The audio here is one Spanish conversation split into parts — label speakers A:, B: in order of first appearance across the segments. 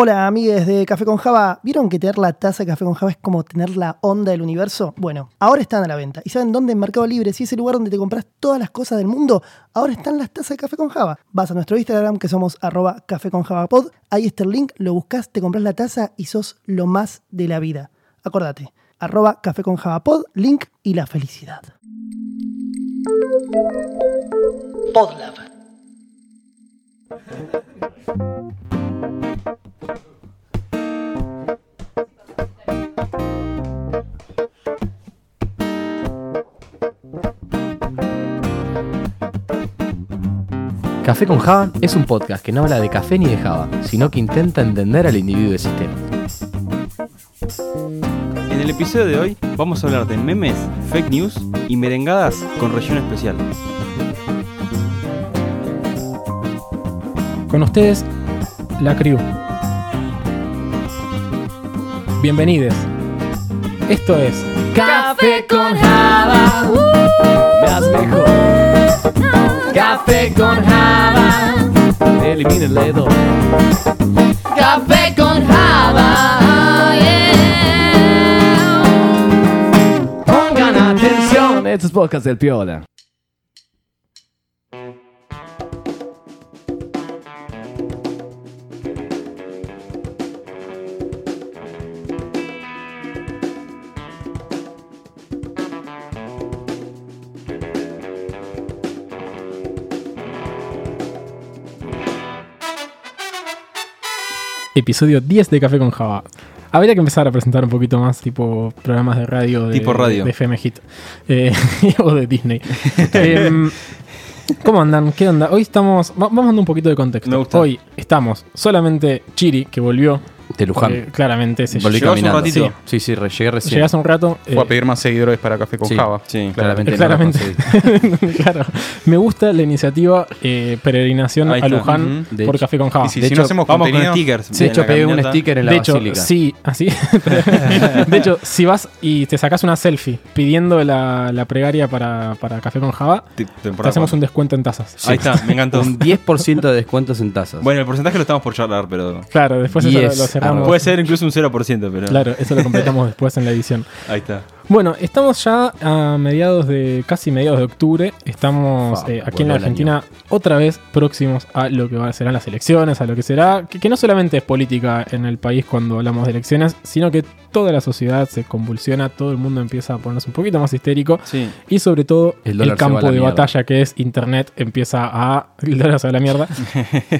A: Hola amigues de Café con Java, ¿vieron que tener la taza de Café con Java es como tener la onda del universo? Bueno, ahora están a la venta. ¿Y saben dónde? En Mercado Libre, si es el lugar donde te compras todas las cosas del mundo, ahora están las tazas de Café con Java. Vas a nuestro Instagram que somos arroba café con Java pod, ahí está el link, lo buscas, te compras la taza y sos lo más de la vida. Acordate, arroba café con Java pod, link y la felicidad.
B: Podlab.
C: Café con Java es un podcast que no habla de café ni de Java, sino que intenta entender al individuo del sistema.
D: En el episodio de hoy vamos a hablar de memes, fake news y merengadas con relleno especial.
E: Con ustedes, la crew. Bienvenidos. Esto es
F: Café con Java.
C: Uh. Más mejor.
F: Café con Java.
C: Elimínenle dos.
F: Café con Java. Oh, yeah.
C: Pongan atención. Estos podcasts del Piola.
E: episodio 10 de Café con Java. Habría que empezar a presentar un poquito más, tipo programas de radio. De,
D: Tipo radio.
E: De FM Hit. Eh, o de Disney. Em, ¿Cómo andan? ¿Qué onda? Hoy estamos. va- vamos dando un poquito de contexto.
D: Me gusta.
E: Hoy estamos solamente Chiri, que volvió.
C: De Luján.
E: porque claramente se
C: Volví
D: Llegó hace Eh, un
C: caminando.
D: ratito.
C: Sí, sí, re- llegué recién.
E: Llegué hace un rato. eh,
G: Fue a pedir más seguidores para Café con
C: Sí,
G: Java.
D: Sí,
C: Claramente. no lo
E: Claramente.
C: conseguí.
E: claro. Me gusta la iniciativa eh, Peregrinación
D: Ahí
E: a
D: está.
E: Luján
C: Ujú. De
E: por
C: hecho.
E: Café con Java.
G: Y si,
C: de
G: si
C: hecho,
G: no hacemos
D: Vamos
G: contenido,
D: con stickers.
C: De hecho, pegué un
D: sticker.
C: sticker en la
E: de hecho,
C: basílica.
E: sí, así. de hecho, si vas y te sacas una selfie pidiendo la, la pregaria para, para Café con Java, te hacemos un descuento en tasas.
D: Ahí está, me encantó.
C: Un 10% de descuentos en tasas.
D: bueno, el porcentaje lo estamos por charlar, pero.
E: Claro, después eso
C: Yes.
E: lo, lo cerramos.
D: Puede ser incluso un 0%, pero.
E: Claro, eso lo completamos después en la edición.
D: Ahí está.
E: Bueno, estamos ya a mediados de, casi mediados de octubre. Estamos
C: Fa,
E: eh, aquí
C: volvió
E: en la
C: el
E: Argentina otra vez próximos a lo que va- serán las elecciones, a lo que será, que, que no solamente es política en el país cuando hablamos de elecciones, sino que toda la sociedad se convulsiona, todo el mundo empieza a ponerse un poquito más histérico
D: Sí.
E: y sobre todo
C: El
E: el,
C: dólar se va a
E: campo
C: la
E: de
C: mierda.
E: batalla que es Internet empieza a... El dólar se va a la mierda.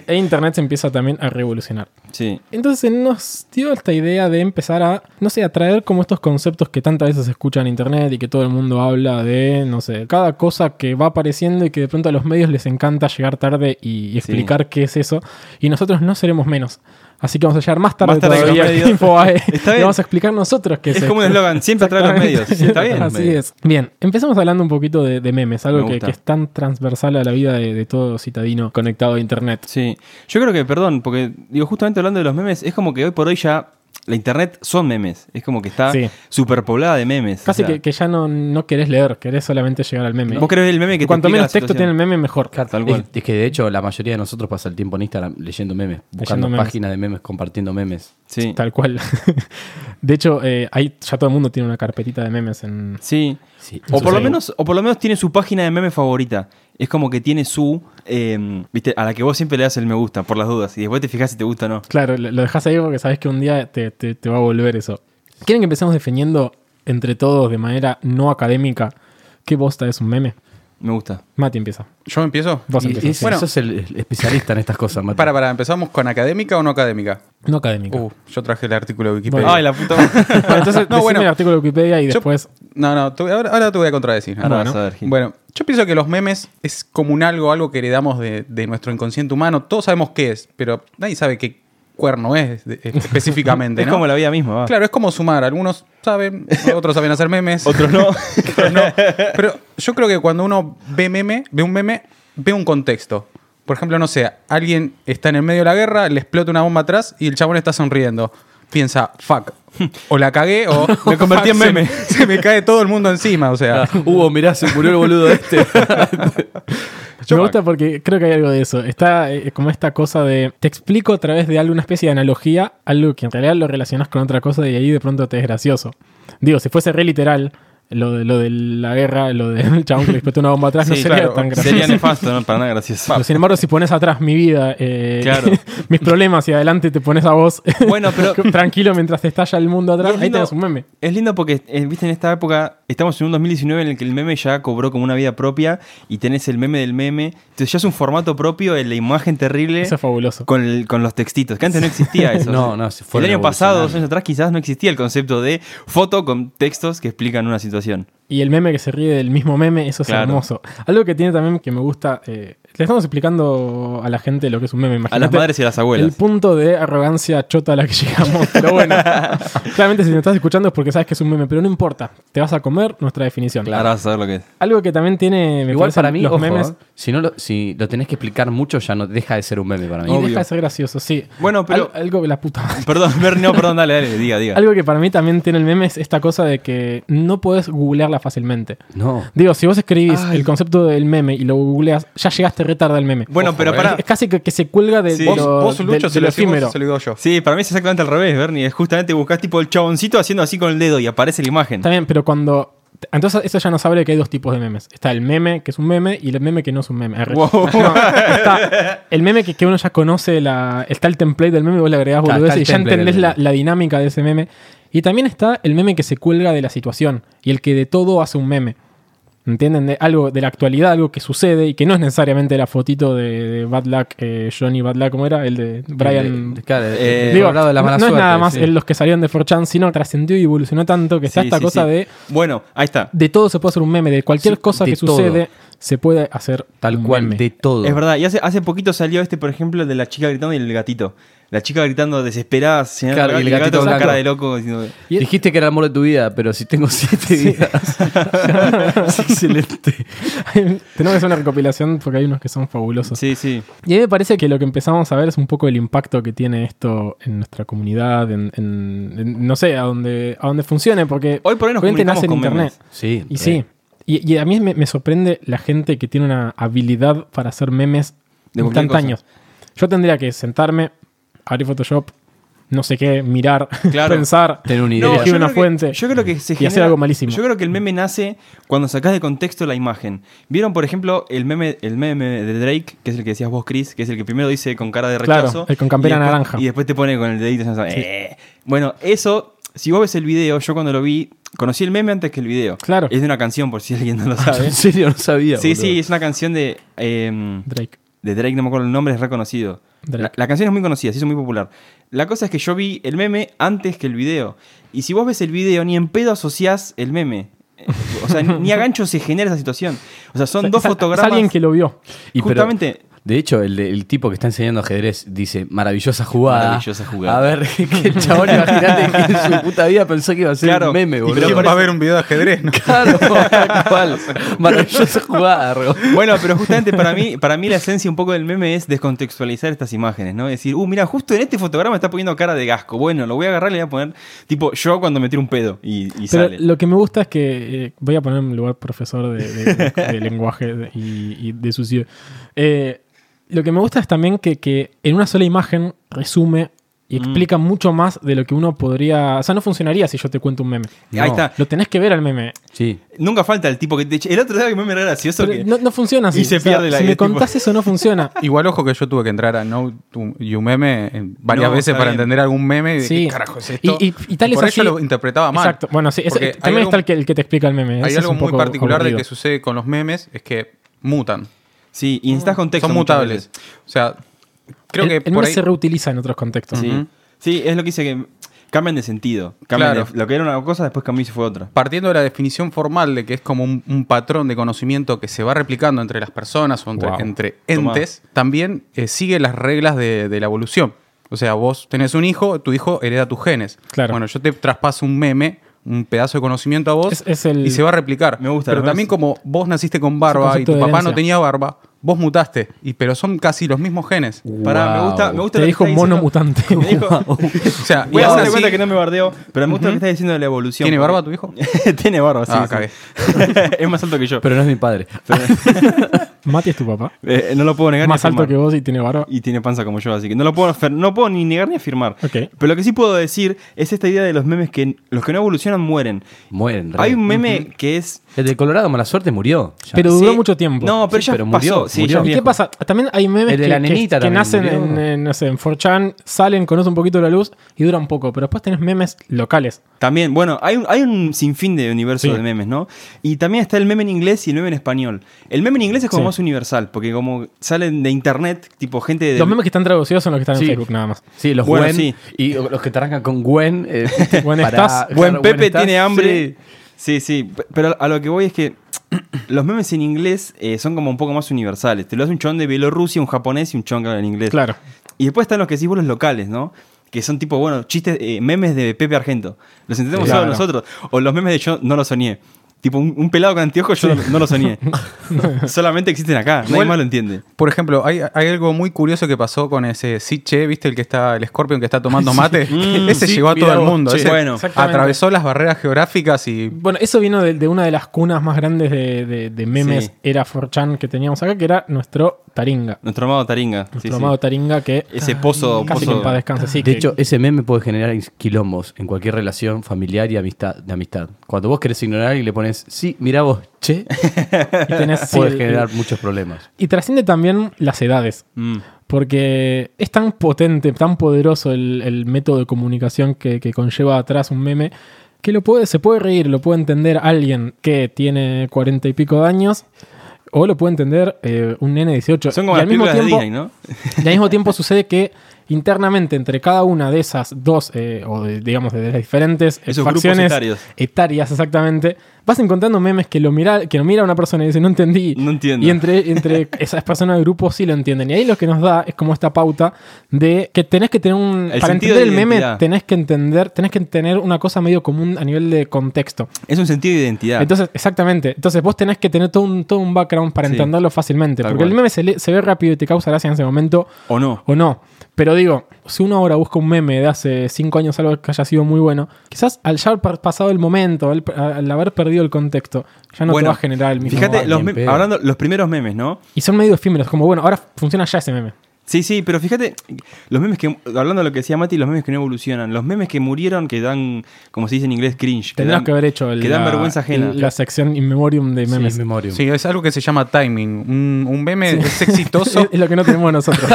E: e Internet se empieza también a revolucionar.
D: Sí.
E: Entonces nos dio esta idea de empezar a, no sé, a traer como estos conceptos que tantas veces se escuchan en internet y que todo el mundo habla de, no sé, cada cosa que va apareciendo y que de pronto a los medios les encanta llegar tarde y, y explicar qué es eso. Y nosotros no seremos menos. Así que vamos a llegar más tarde,
D: Más tarde que los
E: todavía
D: medios.
E: que Infobae.
D: Está
E: Y
D: bien.
E: vamos a explicar nosotros qué es
D: Es como un
E: esto.
D: eslogan, siempre atrás de los medios. Sí, está bien.
E: Así es. Bien, empezamos hablando un poquito de, de memes, algo
D: Me
E: que,
D: gusta.
E: que es tan transversal a la vida de, de todo citadino conectado a internet.
D: Sí. Yo creo que, perdón, porque digo, justamente hablando de los memes, es como que hoy por hoy ya la internet son memes. Es como que está
E: Sí.
D: superpoblada de memes.
E: Casi
D: o sea,
E: que, que ya no, no querés leer, querés solamente llegar al meme.
D: Vos querés el meme que te
E: Cuanto
D: explica
E: menos
D: la
E: texto tiene el
D: situación.
E: meme, mejor.
D: Tal
C: Es,
D: cual.
C: es que de hecho la mayoría de nosotros pasa el tiempo en Instagram leyendo memes, buscando
E: memes.
C: páginas de memes, compartiendo memes.
D: Sí.
E: Tal cual. De hecho, eh, ahí ya todo el mundo tiene una carpetita de memes en.
D: Sí.
C: Sí.
D: O
E: Sí.
D: por, lo menos, o por lo menos tiene su página de meme favorita. Es como que tiene su. eh, ¿viste? A la que vos siempre le das el me gusta, por las dudas. Y después te fijas si te gusta o no.
E: Claro, lo, lo dejás ahí porque sabes que un día te, te- te va a volver eso. ¿Quieren que empecemos definiendo entre todos de manera no académica qué bosta es un meme?
D: Me gusta.
E: Mati empieza.
G: ¿yo empiezo?
E: Vos
C: Y- y-
E: empiezas.
G: Bueno.
C: sos el el especialista en estas cosas, Mati.
G: Para, para, ¿empezamos con académica o no académica?
E: No académica.
G: Uh, yo traje el artículo de Wikipedia.
E: Bueno.
D: Ay, la puta madre.
E: Bueno, entonces,
G: No,
E: decime
G: bueno.
E: el artículo de Wikipedia y
G: Yo-
E: después.
G: No, no, te voy- ahora, ahora te voy a contradecir.
D: Ahora
G: Bueno.
D: vas a ver, Gil.
G: Bueno, yo pienso que los memes es como un algo, algo que heredamos de, de nuestro inconsciente humano. Todos sabemos qué es, pero nadie sabe qué cuerno es de- específicamente,
D: es
G: ¿no?
D: como la vida misma, va.
G: Claro, es como sumar. Algunos saben, otros saben hacer memes.
D: Otros no.
G: Pero no. Pero yo creo que cuando uno ve meme, ve un meme, ve un contexto. Por ejemplo, no sé, alguien está en el medio de la guerra, le explota una bomba atrás y el chabón está sonriendo. piensa, fuck, o la cagué o
D: Me convertí en
G: fuck, se-
D: meme.
G: Se, me cae todo el mundo encima, o sea.
C: Hugo, mirá, se murió el boludo este.
E: Me gusta porque creo que hay algo de eso. Está eh, como esta cosa de. Te explico a través de alguna especie de analogía algo que en realidad lo relacionas con otra cosa y ahí de pronto te es gracioso. Digo, si fuese re literal, lo de, lo de la guerra, lo del chabón que le explotó una bomba atrás, no
D: Sí,
E: sería
G: claro.
E: tan gracioso.
D: Sería nefasto, ¿no? Para nada gracioso.
E: Pero sin embargo, si pones atrás mi vida, eh,
D: Claro.
E: mis problemas y adelante te pones a vos
D: Bueno, pero
E: tranquilo mientras te estalla el mundo atrás,
D: Y es
E: ahí
D: lindo-
E: tenés un meme.
D: Es lindo porque, eh, viste, en esta época estamos en un 2019 en el que el meme ya cobró como una vida propia y tenés el meme del meme. Entonces ya es un formato propio en la imagen terrible
E: Eso es fabuloso.
D: con, el- con los textitos, que antes no existía eso.
C: No, no, se fue
D: El año pasado, dos
C: revolucionario.
D: años atrás, quizás no existía el concepto de foto con textos que explican una situación.
E: Y el meme que se ríe del mismo meme, eso es
D: Claro.
E: hermoso. Algo que tiene también que me gusta. eh, le estamos explicando a la gente lo que es un meme, imagínate.
D: A las madres y a las
E: El
D: abuelas.
E: punto de arrogancia chota a la que llegamos. Pero bueno, claramente si nos estás escuchando es porque sabes que es un meme, pero no importa. Te vas a comer nuestra definición.
D: Ahora vas a saber lo que es.
E: Algo que también tiene. me
C: Igual
E: parece,
C: para mí,
E: los
C: ojo,
E: memes.
C: ¿eh? si, no lo, si lo tenés que explicar mucho, ya no deja de ser un meme para mí.
E: Y
D: Obvio.
E: deja de ser gracioso, sí.
D: Bueno, pero-
E: Al- algo que la puta madre.
D: Perdón, Bernie, no, perdón, dale, dale, diga, diga.
E: Algo que para mí también tiene el meme es esta cosa de que no podés googlearla fácilmente.
C: No.
E: Digo, si vos escribís
D: Ay.
E: el concepto del meme y lo googleas, ya llegaste retarda al meme.
D: Bueno, pero
E: para
D: para.
E: eh. Es casi que, que se cuelga de,
D: Sí.
E: de
G: Vos,
E: lo,
G: vos, Lucho,
E: de- de
G: se
E: lo
G: lo hicimos,
E: efímero.
G: se lo digo yo.
D: Sí, para mí es exactamente al revés, Bernie. Es justamente buscás tipo el chaboncito haciendo así con el dedo y aparece la imagen.
E: Está bien, pero cuando. Entonces, eso ya nos abre que hay dos tipos de memes. Está el meme, que es un meme, y el meme que no es un meme. Arre.
D: Wow.
E: No, está el meme que, que uno ya conoce, la, está el template del meme, vos le agregás
C: Está-
E: boludeces
C: está el
E: y ya
C: template del
E: entendés la,
C: meme.
E: la dinámica de ese meme. Y también está el meme que se cuelga de la situación y el que de todo hace un meme. ¿Entienden? De algo de la actualidad, algo que sucede y que no es necesariamente la fotito de, de Bad Luck, eh, Johnny Bad Luck, ¿cómo era? El de Brian.
C: Claro, el-
D: Eh,
C: el
E: Digo,
C: hablado de la
E: no,
C: mala
E: no es
C: suerte,
E: nada más
C: sí.
E: el- los que salieron de 4chan, sino trascendió y evolucionó tanto que está
D: Sí,
E: esta
D: sí,
E: cosa
D: sí.
E: de
D: Bueno, ahí está.
E: de todo se puede hacer un meme, de cualquier
C: Sí,
E: cosa
C: de
E: que
C: todo.
E: sucede se puede hacer
C: Tal
E: un
C: cual,
E: meme.
C: de todo.
D: Es verdad, y hace, hace poquito salió este, por ejemplo, de la chica gritando y el gatito. La chica gritando desesperada, señalando
C: Claro,
D: al
C: y
D: gato,
C: el gatito
D: con
C: blanco.
D: cara de loco. diciendo-
E: Y-
C: Dijiste que era el amor de tu vida, pero si tengo siete vidas. Es excelente.
E: Tenemos que hacer una recopilación porque hay unos que son fabulosos.
D: Sí, sí.
E: Y a mí me parece que lo que empezamos a ver es un poco el impacto que tiene esto en nuestra comunidad, en, en- en- no sé, a donde, a donde funcione, porque
D: Hoy por hoy nos
E: obviamente nace en
D: comunicamos con
E: internet.
C: Sí.
E: Y sí. Y, y a mí me, me sorprende la gente que tiene una habilidad para hacer memes
D: De cualquier
E: instantáneos. Yo tendría que sentarme, abrir Photoshop, no sé qué, mirar,
D: Claro.
E: pensar,
C: Tener una idea.
E: elegir
D: yo
E: una
D: creo que-
E: fuente.
D: yo creo que se
E: y hacer algo malísimo.
D: Yo creo que el meme nace cuando sacás de contexto la imagen. ¿Vieron, por ejemplo, el meme, el meme de Drake, que es el que decías vos, Chris, que es el que primero dice con cara de
E: Claro,
D: rechazo?
E: el con campera
D: y después-
E: naranja.
D: Y después te pone con el dedito. así, "Eh". Bueno, eso, si vos ves el video, yo cuando lo vi, conocí el meme antes que el video.
E: Claro.
D: Es de una canción, por si alguien no lo sabe.
C: En serio, no sabía.
D: Sí,
C: boludo.
D: sí, es una canción de. em,
E: Drake.
D: de Drake, no me acuerdo el nombre, es reconocido.
E: Drake.
D: La, la canción es muy conocida, se hizo muy popular. La cosa es que yo vi el meme antes que el video. Y si vos ves el video, ni en pedo asociás el meme. Eh, O sea, ni ni a gancho se genera esa situación. O sea, son
E: Es-
D: dos
E: es-
D: fotogramas.
E: Es alguien que lo vio.
C: Y pero-
D: Justamente.
C: de hecho, el, de- el tipo que está enseñando ajedrez dice maravillosa jugada.
D: Maravillosa jugada.
C: A ver, que el chabón, imagínate que en su puta vida pensó que iba a ser
D: Claro.
C: un meme,
D: Y
C: boludo.
D: pero
G: ¿Quién va a ver un video de ajedrez? no?
C: Claro, tal cual. Maravillosa jugada, Ro.
D: Bueno, pero justamente para mí, para mí la esencia un poco del meme es descontextualizar estas imágenes, ¿no? Decir, uh, mira, justo en este fotograma está poniendo cara de gasco. Bueno, lo voy a agarrar y le voy a poner, tipo, yo cuando me tiro un pedo y, y
E: Pero
D: sale.
E: lo que me gusta es que. eh, voy a poner en lugar profesor de, de- de- de lenguaje de- y, y de suicidio. Eh, lo que me gusta es también que, que en una sola imagen resume y
D: Mm.
E: explica mucho más de lo que uno podría. O sea, no funcionaría si yo te cuento un meme.
D: Ahí está.
E: Lo tenés que ver al meme.
C: Sí.
D: Nunca falta el tipo que te eche- El otro día que me era gracioso
E: Pero
D: que.
E: no, no funciona así.
D: Y se pierde la-
E: Si
D: es
E: me
D: tipo-
E: contás eso, no funciona.
G: Igual ojo que yo tuve que entrar a No Tu- You Meme en
D: No,
G: varias veces
D: está
G: para
D: bien.
G: entender algún meme. y de,
E: Sí.
G: ¿Qué carajo es esto?
E: Y- y- y tal es
G: por
E: así-
G: eso lo interpretaba mal.
E: Exacto. Bueno, sí, ese-
G: Porque hay
E: también
G: algo-
E: está el que, el que te explica el meme.
G: Hay
E: Ese es
G: algo
E: un
G: muy
E: poco
G: particular de
E: aburrido.
G: que sucede con los memes, es que mutan.
D: Sí, y necesitas contexto.
G: Son
D: muchas
G: mutables.
D: veces.
G: O sea, creo
E: El-
G: que
E: el
G: por
E: meme
G: ahí...
E: se reutiliza en otros contextos.
D: Sí.
G: Ujú.
D: Sí, es lo que dice que cambian de sentido. Cambian
G: Claro.
D: de- lo que era una cosa, después cambió y se fue otra.
G: Partiendo de la definición formal de que es como un, un patrón de conocimiento que se va replicando entre las personas o entre,
E: Wow.
G: entre
D: Tomá.
G: entes, también eh, sigue las reglas de, de la evolución. O sea, vos tenés un hijo, tu hijo hereda tus genes.
E: Claro.
G: Bueno, yo te traspaso un meme, un pedazo de conocimiento a vos
E: Es- es el-
G: y se va a replicar.
D: Me gusta,
G: Pero
D: ¿no?
G: también
D: Es-
G: como vos naciste con
E: Es el
G: barba y
E: concepto
G: tu
E: de
G: papá no
E: herencia.
G: tenía barba, vos mutaste, y, pero son casi los mismos genes.
D: Pará, me gusta, me gusta
E: Te
D: lo que
E: dijo
D: está
E: mono
D: diciendo.
E: mutante.
D: Me dijo-
G: O sea,
D: Voy
G: y
D: a
G: aún
D: hacerme
G: así-
D: cuenta que no me bardeo, pero me gusta lo que estás diciendo de la evolución.
G: ¿Tiene barba tu hijo?
D: Tiene barba, sí.
G: Ah,
D: sí.
G: cagué.
D: es más alto que yo.
C: Pero no es mi padre.
E: Mati es tu papá.
D: Eh, no lo puedo negar. ni
E: Más alto
D: afirmar.
E: que vos y tiene barba.
D: Y tiene panza como yo, así que no lo puedo, afir- no puedo ni negar ni afirmar.
E: Ok.
D: Pero lo que sí puedo decir es esta idea de los memes que los que no evolucionan mueren.
C: Mueren. re.
D: Hay un meme que es.
C: El de Colorado, mala suerte, murió. ya.
E: Pero duró
D: Sí.
E: mucho tiempo.
D: No, pero
C: Sí,
D: ya
C: pero
D: pasó.
C: murió,
D: sí,
C: murió.
D: ya es
E: ¿Y qué
D: viejo.
E: pasa? También hay memes
C: El de
E: que,
C: la
E: que-
C: nenita
E: que
C: también
E: nacen
C: murió.
E: en, en, no sé, en 4chan, salen, conocen un poquito la luz y duran poco, pero después tenés memes locales.
D: También, bueno, hay un, hay un sinfín de universo
E: Sí.
D: de memes, ¿no? Y también está el meme en inglés y el meme en español. El meme en inglés es como
E: Sí.
D: más universal, porque como salen de internet, tipo gente de.
E: Los memes que están traducidos son los que están
C: Sí.
E: en Facebook nada más.
C: Sí, los
D: Bueno,
C: Gwen
D: sí.
C: y los que te arrancan con Gwen. eh,
E: Gwen
C: para-
E: estás.
C: claro,
D: Buen Pepe
C: estás,
D: tiene hambre.
C: sí.
D: Sí. sí, P- Pero a lo que voy es que los memes en inglés eh, son como un poco más universales. Te lo hace un chon de Bielorrusia, un japonés y un chon que habla en inglés.
E: Claro.
D: Y después están los que decís vos los locales, ¿no? Que son tipo, bueno, chistes, eh, memes de Pepe Argento. Los entendemos
E: Claro.
D: solo nosotros. O los memes de yo no lo soñé. Tipo, un, un pelado con anteojos, yo no lo soñé. Solamente existen acá, nadie
G: Igual-
D: más lo entiende.
G: Por ejemplo, hay, hay algo muy curioso que pasó con ese sí, che, ¿viste el que está, el Scorpion que está tomando mate? ese
C: Sí,
G: llegó a todo
C: mirá
G: el
C: vos,
G: mundo.
D: che.
G: ese
D: Bueno,
E: Exactamente.
G: atravesó las barreras geográficas y
E: Bueno, eso vino de, de una de las cunas más grandes de, de- de memes
D: Sí.
E: era 4chan que teníamos acá, que era nuestro Taringa.
D: Nuestro amado Taringa. sí,
E: Nuestro
D: sí.
E: amado Taringa que
D: Ese pozo.
E: casi que
D: pozo-
E: en paz descanse. Sí,
C: De
E: que-
C: hecho, ese meme puede generar quilombos en cualquier relación familiar y amistad, de amistad. Cuando vos querés ignorar y le pones, sí, mirá vos, che,
E: y tenés- sí,
C: puede
E: el-
C: generar muchos problemas.
E: Y trasciende también las edades.
D: Mm.
E: Porque es tan potente, tan poderoso el, el método de comunicación que, que conlleva atrás un meme, que lo puede, se puede reír, lo puede entender alguien que tiene cuarenta y pico de años, o lo puede entender eh, un nene de 18.
D: Son como
E: y
D: las
E: al mismo
D: películas
E: tiempo,
D: de Disney, ¿no?
E: y al mismo tiempo sucede que internamente entre cada una de esas dos, eh, o de- digamos de las diferentes eh,
D: Esos grupos
E: facciones
D: etarios.
E: etarias, exactamente, vas encontrando memes que lo mira, que lo mira una persona y dice, no entendí.
D: No entiendo.
E: Y entre, entre esas personas del grupo sí lo entienden. Y ahí lo que nos da es como esta pauta de que tenés que tener un...
D: El
E: para
D: sentido
E: entender
D: de
E: el meme
D: identidad.
E: tenés que entender, tenés que tener una cosa medio común a nivel de contexto.
D: Es un sentido de identidad.
E: Entonces, exactamente. Entonces vos tenés que tener todo un, todo un background para
D: Sí.
E: entenderlo fácilmente.
D: Tal
E: porque el
D: cual.
E: meme se, le- se ve rápido y te causa gracia en ese momento
D: ¿O no?
E: o no. Pero digo, si uno ahora busca un meme de hace cinco años, algo que haya sido muy bueno, quizás al ya haber pa- pasado el momento, al, al haber perdido el contexto, ya no te va a generar el mismo.
D: Fíjate,
E: valor.
D: los
C: Ni en
D: mem-
C: pedo.
D: hablando los primeros memes, ¿no?
E: Y son medio efímeros, como bueno, ahora funciona ya ese meme.
D: Sí, sí, pero fíjate, los memes que, hablando de lo que decía Mati, los memes que no evolucionan, los memes que murieron, que dan, como se dice en inglés, cringe. Que
E: Tendrás
D: dan-
E: que haber hecho el-
D: que dan
E: la,
D: vergüenza ajena.
E: la sección in memoriam de memes.
C: Sí, memoriam.
G: Sí, es algo que se llama timing. Un, un meme es exitoso.
E: Es, es lo que no tenemos nosotros.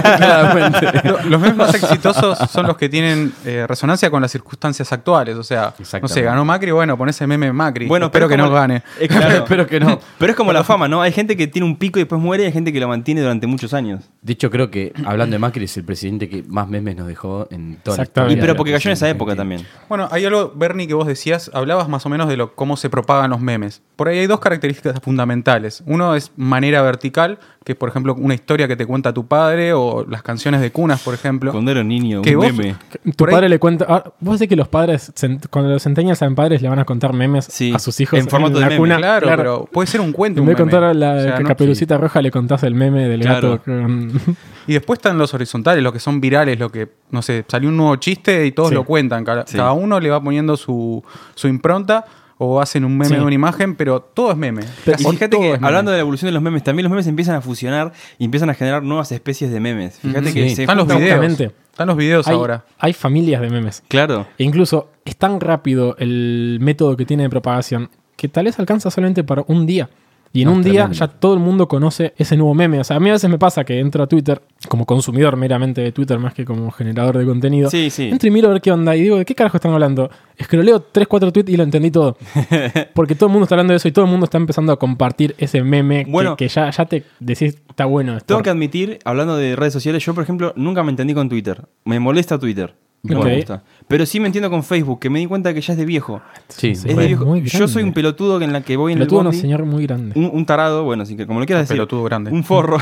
C: Claramente.
G: Lo- Los memes más exitosos son los que tienen eh, resonancia con las circunstancias actuales. O sea, no
C: Exactamente.
G: sé, ganó Macri, bueno, ponés el meme de Macri.
D: Bueno,
G: Bueno, espero que
D: pero es
G: no
D: como-
G: gane.
D: Eh, claro.
C: Espero que no.
D: Pero es como la fama, ¿no? Hay gente que tiene un pico y después muere y hay gente que lo mantiene durante muchos años.
C: De hecho, creo que hablando de Macri es el presidente que más memes nos dejó en toda la
E: Exactamente.
C: historia
D: Y
E: Bien,
D: pero
C: de
D: porque
C: la
D: cayó en esa
C: presidencia
D: época
C: argentina.
D: también.
G: Bueno, hay algo, Bernie, que vos decías, hablabas más o menos de lo, cómo se propagan los memes. Por ahí hay dos características fundamentales. Uno es manera vertical, que es, por ejemplo, una historia que te cuenta tu padre o las canciones de cunas, por ejemplo.
D: Cuando era un niño,
G: Que
D: un
G: vos-
D: meme.
E: tu
G: Por ahí-
E: padre le cuenta. ah, Vos decís que los padres, cent- cuando los centenias sean padres, le van a contar memes
D: Sí,
E: a sus hijos
D: en formato de
E: la
D: meme,
E: cuna.
G: Claro, pero puede ser un cuento.
E: En
G: un
E: vez de
G: meme.
E: contar a la
G: O sea,
E: que
G: no-
E: caperucita roja, le contás el meme del
D: Claro.
E: gato. con-
G: Y después están los horizontales, los que son virales, los que, no sé, salió un nuevo chiste y todos
E: Sí.
G: lo cuentan. Cada,
D: Sí.
G: cada uno le va poniendo su, su impronta o hacen un meme
E: Sí.
G: de una imagen, pero todo es meme.
E: Pero-
D: Y
G: Casi
D: fíjate
G: todo
D: que
G: es meme.
D: hablando de la evolución de los memes, también los memes empiezan a fusionar y empiezan a generar nuevas especies de memes. Fíjate
C: Ujú.
D: que
C: Sí.
D: se
G: Mm, están los
D: juntan-
G: videos.
E: justamente.
G: Están los videos
E: hay,
G: ahora.
E: hay familias de memes.
D: Claro.
E: E incluso es tan rápido el método que tiene de propagación que tal vez alcanza solamente para un día. Y en
D: Ah,
C: No,
E: un día
C: tremendo.
E: ya todo el mundo conoce ese nuevo meme. O sea, a mí a veces me pasa que entro a Twitter, como consumidor meramente de Twitter, más que como generador de contenido.
D: Sí, sí.
E: Entro y miro a ver qué onda. Y digo, ¿de qué carajo están hablando? Escroleo 3, 4 tweets y lo entendí todo. Porque todo el mundo está hablando de eso y todo el mundo está empezando a compartir ese meme que-
D: Bueno.
E: que, ya, ya te decís, está bueno. esto".
D: Tengo que admitir, hablando de redes sociales, yo por ejemplo nunca me entendí con Twitter. Me molesta Twitter. No
E: Ok.
D: me gusta. Pero sí me entiendo con Facebook, que me di cuenta que ya es de viejo.
C: Sí,
E: Sí,
D: Es de
E: Bueno,
D: viejo.
E: muy
D: Yo soy
E: grande.
D: un pelotudo que en la que voy en
E: Lo tuvo
D: el
E: un
D: bondi,
E: señor muy grande.
D: un, un tarado, bueno, sin que como lo quieras decir.
G: pelotudo grande.
D: Un forro.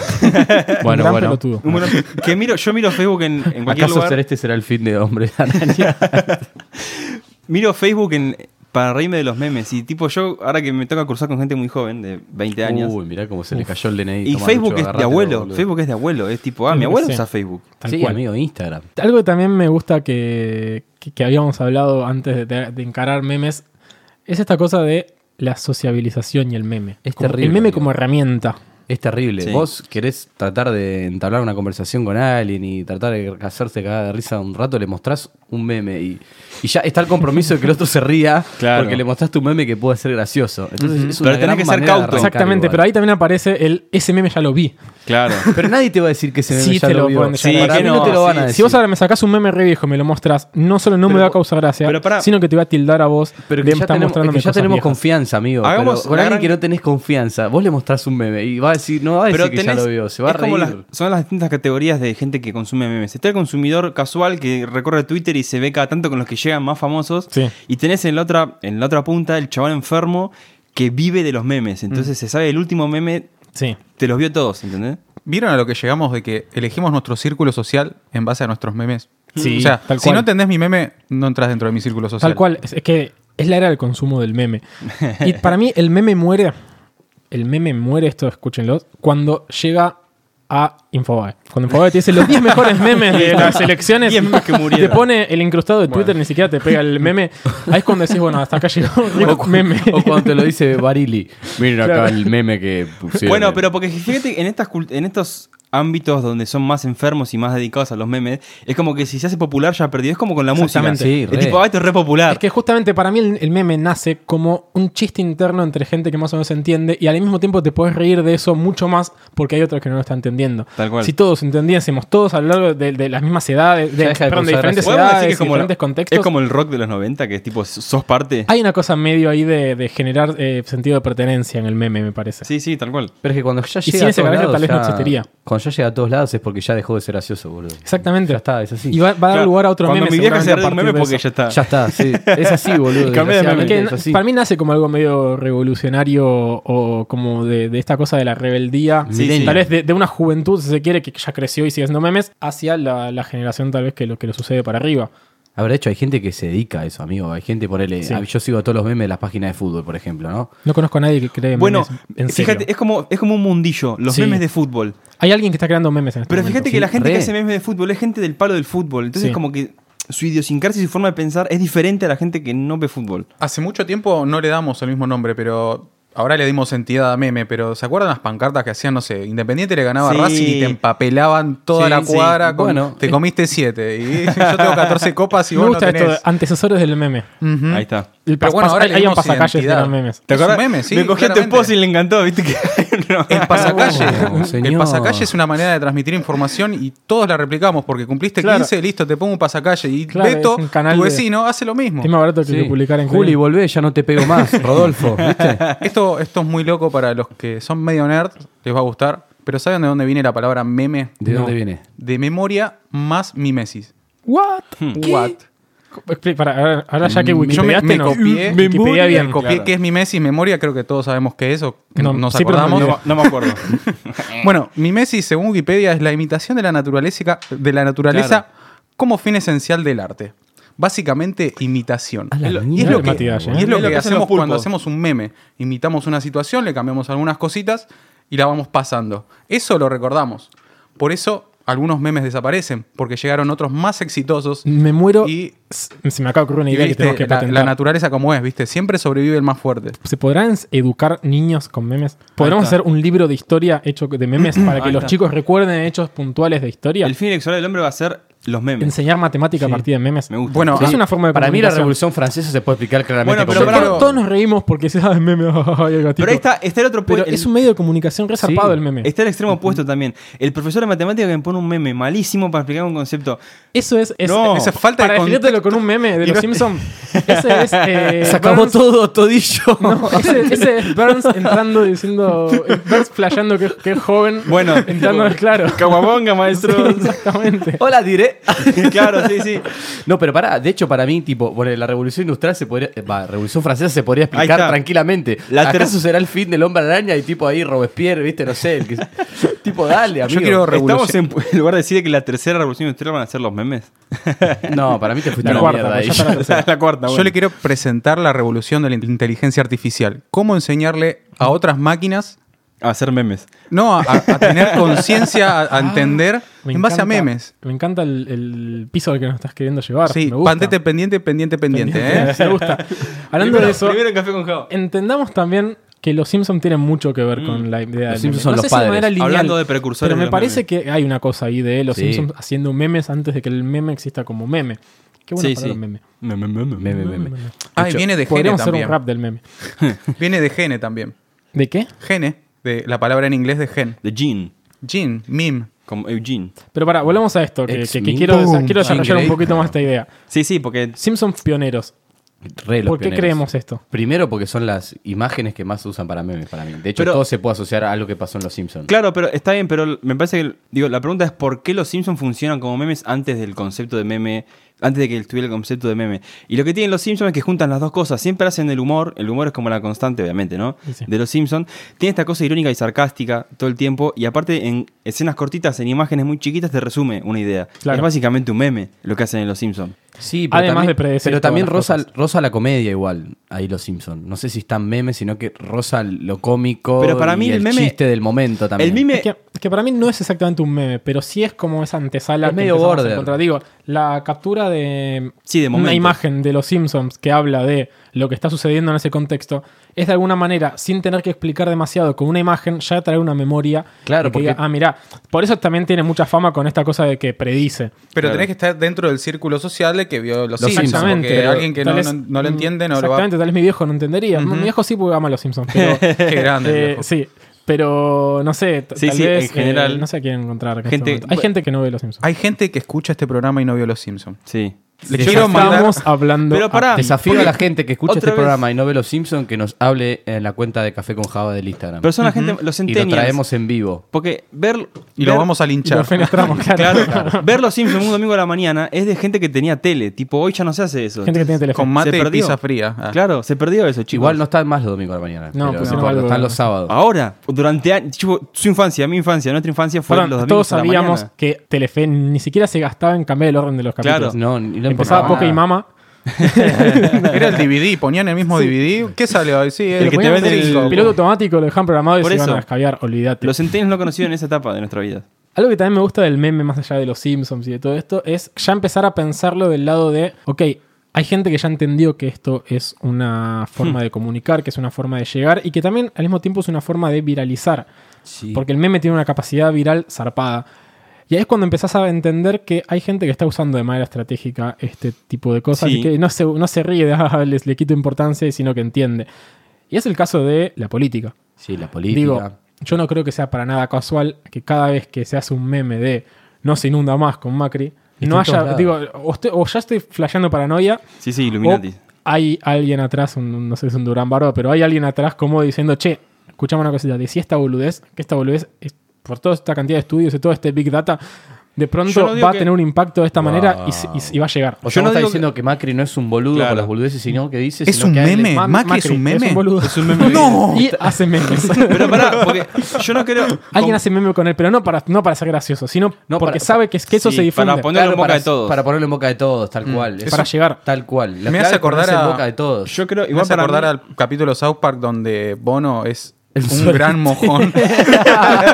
C: Bueno,
E: Gran
C: bueno.
E: pelotudo.
D: Un bueno- que miro, yo miro Facebook en, en cualquier
C: ¿Acaso
D: lugar.
C: ser este será el fin de hombre araña?
D: Miro Facebook en para reírme de los memes. Y tipo, yo, ahora que me toca cruzar con gente muy joven, de 20 años.
C: Uy, mirá cómo se le cayó el DNI.
D: y
C: Tomá,
D: Facebook
C: Lucho,
D: es de
C: agarrátelo,
D: abuelo.
C: boludo.
D: Facebook es de abuelo. Es tipo, ah,
E: Sí,
D: mi abuelo
E: sí.
D: usa Facebook.
E: Tal
C: sí,
E: cual.
C: amigo, Instagram.
E: Algo que también me gusta que, que, que habíamos hablado antes de, de encarar memes es esta cosa de la sociabilización y el meme.
C: Es
E: Como-
C: terrible,
E: El meme
C: amigo.
E: como herramienta.
C: Es terrible.
D: Sí.
C: Vos querés tratar de entablar una conversación con alguien y tratar de hacerse cagar de risa un rato, le mostrás un meme y, y ya está el compromiso de que el otro se ría
D: Claro.
C: porque le mostraste un meme que puede ser gracioso. Entonces, es
D: Pero
C: una
D: tenés
C: gran
D: que ser
C: manera de
D: cauto.
C: arrancar
E: Exactamente,
C: igual.
E: pero ahí también aparece el ese meme ya lo vi.
D: Claro.
C: Pero nadie te va a decir que ese meme
E: Sí,
C: ya
E: te
C: lo,
E: lo
C: vio.
E: pueden
D: decir.
C: Para
D: Sí,
C: mí
D: que
C: no te
D: no,
C: lo van
D: sí.
C: a Ah, decir.
E: Si vos ahora me sacás un meme re viejo y me lo mostras, no solo no me
D: Pero-
E: va a causar gracia,
D: pero pará.
E: sino que te va a tildar a vos
C: Pero
E: de
C: que ya
E: estar
C: tenemos, es que
E: mostrándome
C: ya
E: cosas
C: tenemos
E: viejas.
C: confianza, amigo. pero
D: Hagamos
C: con
D: la
C: alguien
D: gran-
C: que no tenés confianza, vos le mostrás un meme y va a decir, no va a decir
D: Pero
C: que
D: tenés-
C: ya lo vio, se va a
D: es como
C: reír.
D: las- son las distintas categorías de gente que consume memes. Está el consumidor casual que recorre Twitter y se ve cada tanto con los que llegan más famosos.
E: Sí.
D: Y tenés en la otra, en la otra punta el chaval enfermo que vive de los memes. Entonces
E: Mm.
D: se sabe el último meme,
E: Sí.
D: te los vio todos, ¿entendés?
G: ¿Vieron a lo que llegamos de que elegimos nuestro círculo social en base a nuestros memes?
E: Sí,
G: O sea,
E: tal
G: si
E: cual.
G: no entendés mi meme, no entras dentro de mi círculo social.
E: Tal cual, es, es que es la era del consumo del meme. Y para mí el meme muere, el meme muere, esto escúchenlo, cuando llega a Infobae. Cuando Infobae te dice los 10 mejores memes de las elecciones,
D: 10 memes que
E: te
D: murieron.
E: pone el incrustado de Twitter, ni siquiera te pega el meme. Ahí es cuando decís, bueno, hasta acá llegó
C: O,
E: el
C: cu-
E: meme.
C: o cuando te lo dice Barili. Miren acá
E: Claro.
C: el meme que pusieron.
D: Bueno, pero porque fíjate, en, estas, cult- en estos ámbitos donde son más enfermos y más dedicados a los memes, es como que si se hace popular ya perdió. Es como con la música.
E: Exactamente.
C: Sí, re.
D: es tipo, ah, esto es re popular.
E: Es que justamente para mí el, el meme nace como un chiste interno entre gente que más o menos entiende y al mismo tiempo te puedes reír de eso mucho más porque hay otros que no lo están entendiendo.
D: Tal cual.
E: Si todos entendiésemos, todos a lo largo de, de las mismas edades, de,
C: Ya deja de
E: perdón, de
C: causar
E: diferentes
C: gracia.
D: Podemos decir
E: edades,
D: que es como,
E: diferentes contextos,
D: es como el rock de los 90, que es tipo, sos parte.
E: hay una cosa medio ahí de, de generar eh, sentido de pertenencia en el meme, me parece.
D: Sí, sí, tal cual.
C: Pero es que cuando ya
E: sin
C: llega a
E: ese
C: todos
E: carácter,
C: lados,
E: tal vez no
C: ya-
E: existiría.
C: Cuando ya llega a todos lados es porque ya dejó de ser gracioso, boludo.
E: Exactamente.
C: Ya está, es así.
E: Y va, va a dar
D: Claro,
E: lugar a otro
D: Cuando
E: meme.
D: mi vieja se
E: seguramente,
D: ríe de un
E: a
D: meme
E: partir de
D: porque
E: eso.
D: ya está.
C: Ya está, sí. Es así, boludo.
D: Cambié de meme.
E: Es que
C: desgraciadamente,
E: no-
C: es así.
E: para mí nace como algo medio revolucionario o como de, de esta cosa de la rebeldía.
D: Sí, sí.
E: Tal vez de, de una juventud, si se quiere, que ya creció y sigue haciendo memes, hacia la, la generación tal vez que lo que lo sucede para arriba.
C: Habrá hecho, hay gente que se dedica a eso, amigo. Hay gente, ponele.
E: Sí.
C: ah, Yo sigo a todos los memes de las páginas de fútbol, por ejemplo, ¿no?
E: No conozco a nadie que cree memes.
D: Bueno,
E: en serio.
D: fíjate, es como, es como un mundillo, los
E: Sí.
D: memes de fútbol.
E: Hay alguien que está creando memes en este
D: Pero
E: momento.
D: fíjate que
C: sí,
D: la gente
C: re.
D: que hace memes de fútbol es gente del palo del fútbol. Entonces,
E: Sí.
D: como que su idiosincrasia y su forma de pensar es diferente a la gente que no ve fútbol.
G: Hace mucho tiempo no le damos el mismo nombre, pero ahora le dimos entidad a meme. Pero ¿se acuerdan las pancartas que hacían? No sé, Independiente le ganaba a
D: Sí.
G: Racing y te empapelaban toda
D: Sí,
G: la
D: sí.
G: cuadra. Con,
C: Bueno,
G: te
C: es-
G: comiste siete. Y yo tengo 14 copas y
E: Me
G: vos no
E: gusta esto de
G: tenés.
E: antecesores del meme.
G: Ujú.
D: Ahí está.
E: El
G: Pero
E: pas-
G: bueno,
E: pas-
G: ahora le
E: hay un
G: dimos
E: pasacalle de
G: identidad.
E: los memes.
D: ¿Te
G: Es un
D: acordás?
G: meme, sí,
D: Me cogió este
G: claramente.
D: post y le encantó, ¿viste? Que... No.
E: Oh,
G: El
C: Ah, bueno,
G: pasacalle. el
C: señor.
G: pasacalle es una manera de transmitir información y todos la replicamos porque cumpliste
E: Claro.
G: 15, listo, te pongo un pasacalle. Y
E: Claro,
G: Beto,
E: es un canal
G: tu
E: de-
G: vecino, hace lo mismo.
E: Es más barato que,
C: Sí.
E: que publicar en
C: Juli,
E: Google.
C: volvé, ya no te pego más, Rodolfo. ¿Viste?
G: Esto, esto es muy loco para los que son medio nerd, les va a gustar. Pero ¿saben de dónde viene la palabra meme?
C: ¿De
E: No.
C: dónde viene?
G: De memoria más mimesis.
E: What? ¿Qué?
G: Hmm. What? Mm,
E: Expli- para, ahora, ahora ya que
G: Yo me,
E: Wikipediaste
G: me
E: nos-
G: copié,
E: Wikipedia bien.
G: me copié qué es mimesis, memoria, creo que todos sabemos qué es o que
E: No,
G: nos
E: sí, pero no
G: acordamos.
E: olvidé.
D: No me acuerdo.
G: Bueno, mimesis, según Wikipedia, es la imitación de la naturaleza, de la naturaleza
D: Claro.
G: como fin esencial del arte. Básicamente, imitación.
C: A la
G: Es lo- y
C: mierda.
G: es lo que,
E: Matías, ¿eh?
G: y es lo
D: Es lo
G: que
D: que hacen los
G: hacemos cuando
D: pulpos.
G: hacemos un meme. Imitamos una situación, le cambiamos algunas cositas y la vamos pasando. Eso lo recordamos. Por eso algunos memes desaparecen, porque llegaron otros más exitosos.
E: Me muero
G: Y-
E: y se me acaba de ocurrir una
G: Y
E: idea que
G: viste,
E: tenemos que
G: la,
E: patentar.
G: la naturaleza como es, ¿viste? Siempre sobrevive el más fuerte.
E: ¿Se podrán educar niños con memes? ¿Podremos
D: está.
E: hacer un libro de historia hecho de memes para que
D: Ahí
E: los
D: está.
E: chicos recuerden hechos puntuales de historia?
D: El fin electoral del hombre va a ser los memes.
E: Enseñar matemática a partir de memes.
D: Me gusta.
G: Bueno,
E: Es una forma de
C: Para mí la
E: comunicación.
C: Revolución Francesa se puede explicar claramente.
D: Bueno, pero
C: con
D: pará,
C: memes.
G: Pero-
E: Todos nos reímos porque se da de meme. ay, el gatito.
D: pero ahí está, está el otro
E: Pero
D: el-
E: es un medio de comunicación resarpado
C: Sí.
E: el meme.
D: Está el extremo opuesto también. El profesor de matemática que me pone un meme malísimo para explicar un concepto.
E: Eso es. es
D: No,
E: es-
G: esa falta de
E: para definírtelo con un meme de
D: Y
E: los
D: no-
E: Simpsons. Ese es. eh,
C: Se acabó
E: Burns-
C: todo, todillo.
E: No, ese, ese es Burns entrando diciendo. eh, Burns flasheando que, que es joven.
D: Bueno,
E: entrando, claro.
D: Caguabonga, maestro.
E: Exactamente.
C: Hola, diré.
D: claro, sí, sí.
C: No, pero pará, de hecho, para mí, tipo, bueno, la revolución industrial se podría. eh, Va, revolución francesa se podría
D: Ahí
C: explicar
D: está.
C: tranquilamente.
D: La ter-
C: ¿Acaso será el fin del hombre araña y tipo ahí Robespierre, viste? No sé. el que- tipo, dale, amigo.
G: quiero re-
D: Estamos en, en lugar de decir que la tercera revolución industrial van a ser los memes.
C: No, para mí te fuiste
E: La
C: a la
E: cuarta, pues,
C: mierda ahí.
E: ya está la tercera.
D: la cuarta. está
G: Yo
D: bueno.
G: le quiero presentar la revolución de la inteligencia artificial. ¿Cómo enseñarle a
E: Mm.
G: otras máquinas
D: A hacer memes.
G: No, a, a- a tener conciencia, a, a entender
E: Ah, Me
G: en base a
E: encanta-
G: memes.
E: Me encanta el, el piso al que nos estás queriendo llevar.
G: Sí,
E: me gusta.
G: pantete pendiente, pendiente, pendiente. ¿eh?
E: Me gusta. Hablando
D: Primero-
E: de eso,
D: Primero en café con Java.
E: entendamos también que los Simpsons tienen mucho que ver con la idea de
C: Simpsons son los padres.
D: Hablando de precursores
E: Pero
D: de
E: me
D: los
E: parece
D: memes.
E: que hay una cosa ahí de los
C: Sí.
E: Simpsons haciendo memes antes de que el meme exista como meme. Qué bueno
D: Sí,
E: para
D: sí.
E: los memes.
D: Meme, meme, meme.
C: Meme, meme.
G: Ay, Ah, viene de gene
E: Podríamos hacer
G: también.
E: un rap del meme.
G: Viene de gene también.
E: ¿De qué?
G: Gene, de la palabra en inglés de gen.
D: De Gene.
G: Gene, meme.
D: Como Eugene.
E: Pero para, volvemos a esto, que, que- que
C: X-Men.
E: quiero, desa-
G: Boom.
E: quiero desarrollar un
G: Increíble.
E: poquito más esta idea.
D: Sí, sí, porque
E: Simpsons pioneros.
C: Re los
E: ¿Por qué
C: pioneros.
E: creemos esto?
C: Primero porque son las imágenes que más se usan para memes para mí. De hecho,
D: Pero-
C: todo se puede asociar a algo que pasó en Los Simpsons.
D: Claro, pero está bien, pero me parece que digo, la pregunta es por qué los Simpsons funcionan como memes antes del concepto de meme, antes de que estuviera el concepto de meme. Y lo que tienen los Simpsons es que juntan las dos cosas, siempre hacen el humor, el humor es como la constante, obviamente, ¿no?
E: Sí, sí.
D: De los Simpsons, tiene esta cosa irónica y sarcástica todo el tiempo y aparte en escenas cortitas, en imágenes muy chiquitas te resume una idea.
E: Claro.
D: Es básicamente un meme lo que hacen en los Simpsons.
C: Sí, pero
E: Además
C: también,
E: de predecir
C: pero también
E: todas las
C: rosa,
E: cosas.
C: rosa la comedia igual, ahí los Simpsons. No sé si están memes, sino que rosa lo cómico
D: Pero para mí
C: y
D: el
C: el
D: meme-
C: chiste del momento también.
D: El meme
E: Es que, es que para mí no es exactamente un meme, pero sí es como esa antesala
C: Es
E: que
C: medio
E: empezamos a
C: border.
E: encontrar. Digo, la captura de,
D: Sí, de
E: una
D: momentos.
E: imagen de los Simpsons que habla de lo que está sucediendo en ese contexto es de alguna manera, sin tener que explicar demasiado con una imagen, ya traer una memoria.
C: Claro,
E: de que
C: porque-
E: diga, ah, mirá, por eso también tiene mucha fama con esta cosa de que predice.
G: Pero
D: Claro.
G: tenés que estar dentro del círculo social de que vio
C: Los
G: los, Simpsons.
C: Simpsons.
G: Porque alguien que
E: Tal
G: no,
E: vez- mm,
G: no- no lo entiende no lo va
E: Exactamente, tal vez mi viejo no entendería.
G: Ujú.
E: Mi viejo sí porque ama a los Simpsons, pero...
G: Qué grande.
E: eh,
G: viejo.
E: sí, pero no sé, t-
D: Sí,
E: tal
D: sí,
E: vez,
D: en
E: eh,
D: general.
E: no sé a quién encontrar. en este
D: Gente-
E: momento. Hay gente que no ve los Simpsons.
G: Hay gente que escucha este programa y no vio los Simpsons.
D: Sí.
G: Le
E: Ya
G: quiero mandar.
E: estamos hablando.
D: Pero pará.
E: a-
C: Desafío a la gente que escucha
D: otra
C: este
D: vez-
C: programa y no ve Los Simpsons que nos hable en la cuenta de Café con Java del Instagram.
D: Pero son la gente, los
C: y lo
D: centennials.
C: traemos en vivo.
D: Porque ver
G: Y lo
D: ver-
G: vamos a
E: y lo
G: linchar.
E: fenestramos, claro.
D: Claro, ver los Simpsons un domingo a la mañana es de gente que tenía tele. Tipo, hoy ya no se hace eso.
E: Gente que tiene teléfono.
G: Con mate y
D: perdió.
G: pizza fría. Ah.
D: Claro, se perdió eso, chicos.
C: Igual no están más los domingos a la mañana.
E: No,
C: pero
E: pusieron
C: importa,
E: algo-
C: están los sábados.
D: Ahora, durante años, tipo, su infancia, mi infancia, nuestra infancia fue
E: Perdón,
D: los domingos
E: todos
D: a la
E: sabíamos
D: mañana.
E: que Telefe ni siquiera se gastaba en cambiar el orden de los capítulos.
D: Claro.
C: No, ni lo Ah,
E: Empezaba
C: importaba.
E: Poké y Mama.
G: Era el DVD, ponían el mismo DVD. ¿Qué salió? Sí,
D: El que te
E: Ponían
D: vende el-
E: piloto automático, lo dejaban programado y
D: Por
E: se iban
D: eso.
E: a descaviar, olvídate.
D: Los centenios no conocieron esa etapa de nuestra vida.
E: Algo que también me gusta del meme, más allá de los Simpsons y de todo esto, es ya empezar a pensarlo del lado de, ok, hay gente que ya entendió que esto es una forma de comunicar, que es una forma de llegar y que también al mismo tiempo es una forma de viralizar.
C: Sí.
E: Porque el meme tiene una capacidad viral zarpada. Y ahí es cuando empezás a entender que hay gente que está usando de manera estratégica este tipo de cosas
D: Sí.
E: y que no se, no se ríe de, "Ah, les, le quito importancia, sino que entiende. Y es el caso de la política.
C: Sí, la política.
E: Digo, yo no creo que sea para nada casual que cada vez que se hace un meme de no se inunda más con Macri,
C: Está
E: no
C: en
E: haya,
C: todos lados.
E: digo, o, estoy- o ya estoy flasheando paranoia,
D: Sí, sí,
E: o
D: Illuminati.
E: hay alguien atrás, un- no sé, es un Durán Barba, pero hay alguien atrás como diciendo, che, escuchamos una cosita, decía esta boludez, que esta boludez, es- por toda esta cantidad de estudios y todo este Big Data,
D: Yo
E: de
D: no
E: pronto
D: digo
E: va
D: que-
E: a tener un impacto de esta
C: Wow.
E: manera y, se- y se- y va a llegar.
C: O sea,
D: Yo no
C: vos estás
D: digo
C: diciendo que... Macri no es un boludo
D: Claro.
C: por las boludeces, sino que dice.
G: ¿Es
C: sino
G: un
C: que a él le-
G: meme?
E: Ma-
G: ¿Macri es un meme?
E: Es un boludo.
D: Es Eh, un meme.
G: ¡No!
E: Y hace memes.
D: Pero pará, porque yo no creo.
E: Alguien
D: con-
E: hace meme con él, pero no para, no para ser gracioso, sino
C: No,
E: porque
C: para-
E: sabe que, es- que eso
D: Sí,
E: se difunde.
D: para
E: Para,
D: poner- Ponerlo en boca
C: para,
D: de todos.
C: Para ponerlo en boca de todos, tal
E: Mm.
C: cual. Es-
E: para llegar.
C: Tal cual. La
G: Me hace
C: clave es
G: acordar
C: ponerse
G: a-
C: en boca de todos.
D: Yo creo.
G: Me vas a
D: para
G: acordar
D: mí-
G: al capítulo South Park donde Bono es un
C: suerte.
G: gran mojón.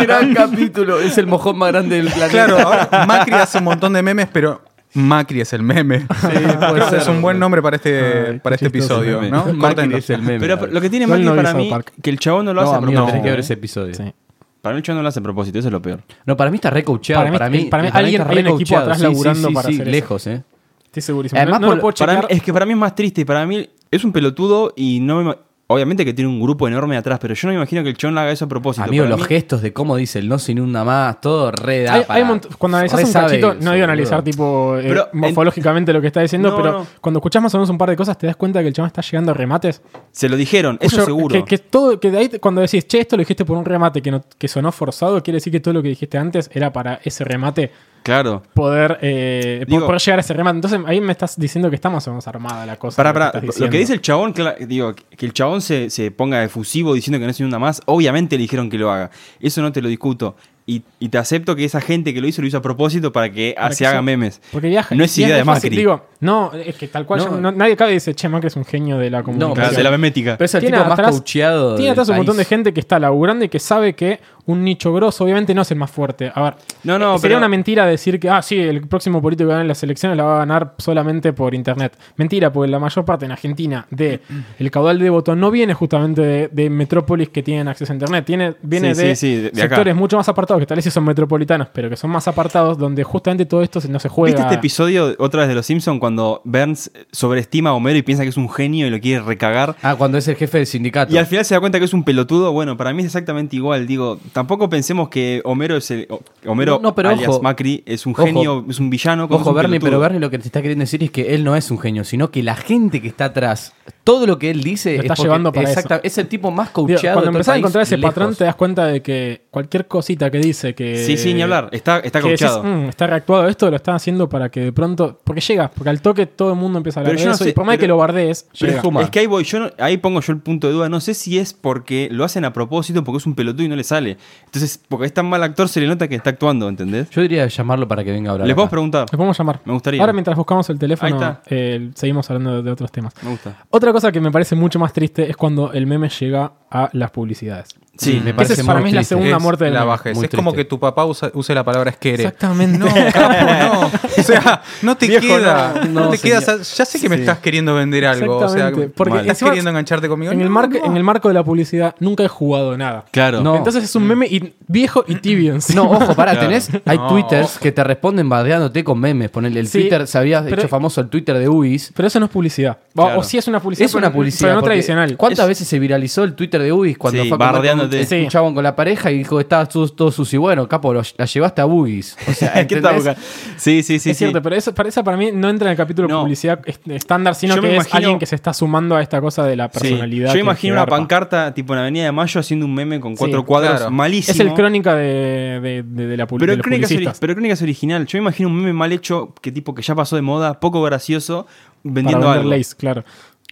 C: Gran capítulo. Es el mojón más grande del planeta.
G: claro, ahora Macri hace un montón de memes, pero Macri es el meme. Creo que
C: ser,
G: es un buen nombre para este,
E: Ay,
G: para
E: qué
G: este
E: chistoso
G: episodio,
D: meme.
G: ¿no?
C: Macri
G: Córtenlo.
C: es el meme.
D: Pero lo que tiene
E: Yo
D: Macri
E: no vi
D: para
E: South
D: mí,
E: Park.
D: que el chabón no lo
C: no,
D: hace a
C: amigo,
D: propósito. ¿eh?
C: tenés que ver ese episodio.
E: Sí.
D: Para mí el chabón no lo hace a propósito, eso es lo peor.
C: No, para mí está recoachado.
E: Para mí-
C: Para mí,
E: para mí alguien-
C: está
E: hay un equipo
C: recoachado.
E: atrás
C: Sí, sí,
E: laburando
C: sí,
E: para
C: sí,
E: hacer eso.
C: lejos, ¿eh?
E: Estoy segurísimo.
C: Además,
E: no, no lo
C: por-
E: puedo
D: Para mí,
E: checar.
D: es que para mí es más triste. Para mí es un pelotudo y no me. ima- Obviamente que tiene un grupo enorme atrás, pero yo no me imagino que el chabón haga eso a propósito.
C: Amigo,
D: Para
C: los
D: mí-
C: gestos de cómo dice el no se inunda más, todo re da
E: Hay- hay
C: para-
E: mont- cuando analizas
C: re
E: un
C: sabe
E: cachito,
C: eso,
E: no digo analizar
C: boludo.
E: tipo eh,
D: Pero en-
E: morfológicamente lo que está diciendo,
D: No,
E: pero
D: no.
E: cuando escuchás más o menos un par de cosas te das cuenta que el chabón está llegando a remates.
D: Se lo dijeron, eso
E: Cuyo-
D: seguro.
E: Que, que todo, que de ahí te- cuando decís, che, esto lo dijiste por un remate que, no- que sonó forzado, quiere decir que todo lo que dijiste antes era para ese remate
D: Claro.
E: poder, eh, po-
D: Digo-
E: poder llegar a ese remate. Entonces ahí me estás diciendo que está más o menos armada la cosa.
D: Pará,
E: lo que
D: pará.
E: estás
D: Lo
E: diciendo.
D: que dice el chabón, cla- digo, que el chabón se, se ponga efusivo diciendo que no es una más, obviamente le dijeron que lo haga. Eso no te lo discuto. Y, y te acepto que esa gente que lo hizo lo hizo a propósito para que
E: Para
D: se
E: que
D: haga
E: sea-
D: memes.
E: Porque viaja.
D: No es
E: viaja
D: idea de
E: fácil.
D: Macri.
E: Digo, no, es que tal cual.
C: No.
E: yo- no- nadie acá dice, che, Macri es un genio de la
C: No,
E: comunicación.
D: Claro, de la memética.
C: Pero es el
E: Tiene
C: tipo más
E: atrás-
C: coacheado.
E: Tiene
C: del
E: atrás un montón de
C: país.
E: gente que está laburando y que sabe que un nicho grosso obviamente no es el más fuerte. A ver,
D: No, no,
E: eh, sería
D: pero-
E: una mentira decir que, ah, sí, el próximo político que gane las elecciones la va a ganar solamente por internet. Mentira, porque la mayor parte en Argentina de el caudal de voto no viene justamente de, de metrópolis que tienen acceso a internet. Tiene, viene
D: Sí,
E: de,
D: sí, sí, de- de acá.
E: sectores mucho más apartados, que tal vez sí son metropolitanos, pero que son más apartados, donde justamente todo esto se- no se juega.
D: ¿Viste este episodio otra vez de Los Simpsons cuando Burns sobreestima a Homero y piensa que es un genio y lo quiere recagar?
C: Ah, cuando es el jefe del sindicato.
D: Y al final se da cuenta que es un pelotudo. Bueno, para mí es exactamente igual. Digo, tampoco pensemos que Homero es el. o- Homero,
C: No, no, pero
D: alias
C: ojo.
D: Macri, es un
C: Ojo.
D: genio, es un villano. cuando es
C: Ojo,
D: un
C: Bernie,
D: pelotudo.
C: pero Bernie lo que te está queriendo decir es que él no es un genio, sino que la gente que está atrás, todo lo que él dice
E: Lo está
C: es porque-
E: llevando para
C: exacta- es el tipo más
E: Digo,
C: coacheado. de
E: cuando
C: todo el
E: empezás a
C: país,
E: encontrar ese
C: lejos.
E: patrón te das cuenta de que cualquier cosita que dice que...
D: Sí, sí,
C: eh,
D: ni hablar. Está, está
E: que decís,
D: cauchado.
E: "Mm, está reactuado esto, lo están haciendo para que de pronto. Porque llega, porque al toque todo el mundo empieza a hablar
D: Pero
E: de
D: yo no
E: eso.
D: sé,
E: y por más
D: pero-
E: que lo bardees,
D: Pero
E: llega.
D: es que ahí voy, yo no- ahí pongo yo el punto de duda. No sé si es porque lo hacen a propósito, porque es un pelotudo y no le sale. Entonces, porque es tan mal actor, se le nota que está actuando, ¿entendés?
C: Yo diría llamarlo para que venga a hablar.
D: Les podemos
C: acá.
D: preguntar.
E: Le podemos llamar.
D: Me gustaría.
E: Ahora mientras buscamos el
D: Ahí
E: teléfono,
D: está.
E: eh, seguimos hablando de, de otros temas.
D: Me gusta.
E: Otra cosa que me parece mucho más triste es cuando el meme llega a las publicidades.
D: Sí,
C: me
D: me
E: Esa
C: parece
E: es para
C: muy
E: mí es la
C: triste.
E: segunda
G: Es
E: muerte del
G: la
E: meme.
G: bajez.
C: Muy
G: Es como
C: triste.
G: que tu papá usa- use la palabra esquere.
E: Exactamente.
G: No, capo, no. O sea, no te
D: Viejo,
G: queda.
D: no,
G: No,
D: no,
G: te
D: señor.
G: quedas. Ya sé que me estás queriendo vender algo. O sea,
E: Exactamente, porque
G: estás
E: encima-
G: queriendo engancharte conmigo.
E: en, el
G: No,
E: marco,
G: no.
E: en el marco de la publicidad nunca he jugado nada.
D: Claro.
C: No.
E: Entonces es un meme y- viejo y tibio encima.
C: No, ojo, pará, tenés. Hay
G: No,
C: twitters
G: ojo.
C: que te responden bardeándote con memes. Ponele el
E: Sí,
C: Twitter, se había
E: pero-
C: hecho famoso el Twitter de Ubis.
E: Pero eso no es publicidad. O-
D: Claro.
E: O sí es una publicidad.
C: Es una
E: pero-
C: publicidad.
E: Pero no
C: porque
E: tradicional.
C: ¿Cuántas
D: Es-
C: veces se viralizó el Twitter de Ubis cuando
D: Sí,
C: fue a comer
D: bardeándote.
C: con-
E: Sí.
C: un chabón con la pareja y dijo, estaba su- todo sucio? Bueno, capo, lo- la llevaste a Ubis. O sea,
D: ¿Qué tal,
C: ¿entendés?
D: Boca? Sí, sí, sí.
E: es
D: sí.
E: cierto, pero eso, para, esa para mí no entra en el capítulo
D: No.
E: publicidad est- estándar, sino
D: Yo
E: que
D: me
E: es
D: imagino-
E: alguien que se está sumando a esta cosa de la
D: Sí.
E: personalidad.
D: Yo
E: que-
D: imagino
E: que
D: una
E: garpa.
D: pancarta tipo en Avenida de Mayo haciendo un meme con
E: Sí,
D: cuatro cuadros
G: claro.
D: malísimo.
E: Es el crónica de, de- de- de la publicidad.
D: pero
E: de los
D: crónicas, ori-
E: publicistas.
D: pero crónicas original. Yo me imagino un meme mal hecho que tipo que ya pasó de moda, poco gracioso, vendiendo
E: para vender
D: algo.
E: Lays, claro.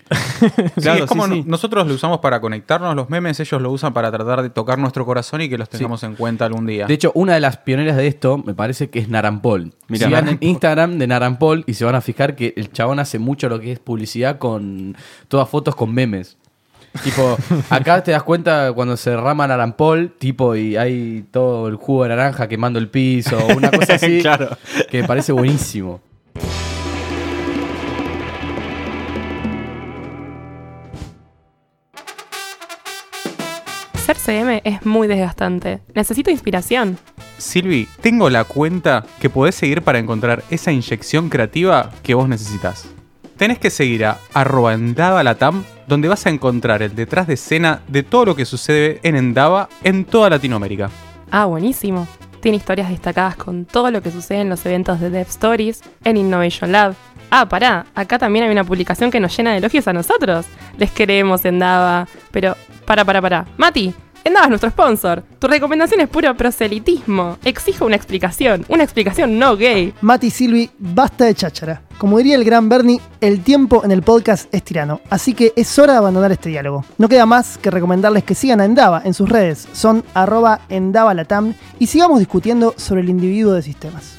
G: Sí,
D: Claro,
G: es como
D: sí,
G: no-
D: sí.
G: nosotros lo usamos para conectarnos, los memes, ellos lo usan para tratar de tocar nuestro corazón y que los tengamos en cuenta algún día.
C: De hecho, una de las pioneras de esto me parece que es Narampol.
D: Mirá.
C: Sigan en Instagram de Narampol y se van a fijar que el chabón hace mucho lo que es publicidad con todas fotos con memes. Tipo, acá te das cuenta cuando se derrama Narampol, tipo, y hay todo el jugo de naranja quemando el piso, una cosa así.
D: Claro.
C: Que me parece buenísimo.
H: Ser CM es muy desgastante. Necesito inspiración.
G: Silvi, tengo la cuenta que podés seguir para encontrar esa inyección creativa que vos necesitas. Tenés que seguir a arroba Endava Latam, donde vas a encontrar el detrás de escena de todo lo que sucede en Endava en toda Latinoamérica.
H: Ah, buenísimo. Tiene historias destacadas con todo lo que sucede en los eventos de Dev Stories, en Innovation Lab. Ah, pará, acá también hay una publicación que nos llena de elogios a nosotros. Les queremos, Endava. Pero, para, para, para. Mati, Endava es nuestro sponsor. Tu recomendación es puro proselitismo. Exijo una explicación. Una explicación no gay.
A: Mati Silvi, basta de cháchara. Como diría el gran Bernie, el tiempo en el podcast es tirano, así que es hora de abandonar este diálogo. No queda más que recomendarles que sigan a Endava en sus redes, son arroba endavalatam, y sigamos discutiendo sobre el individuo de sistemas.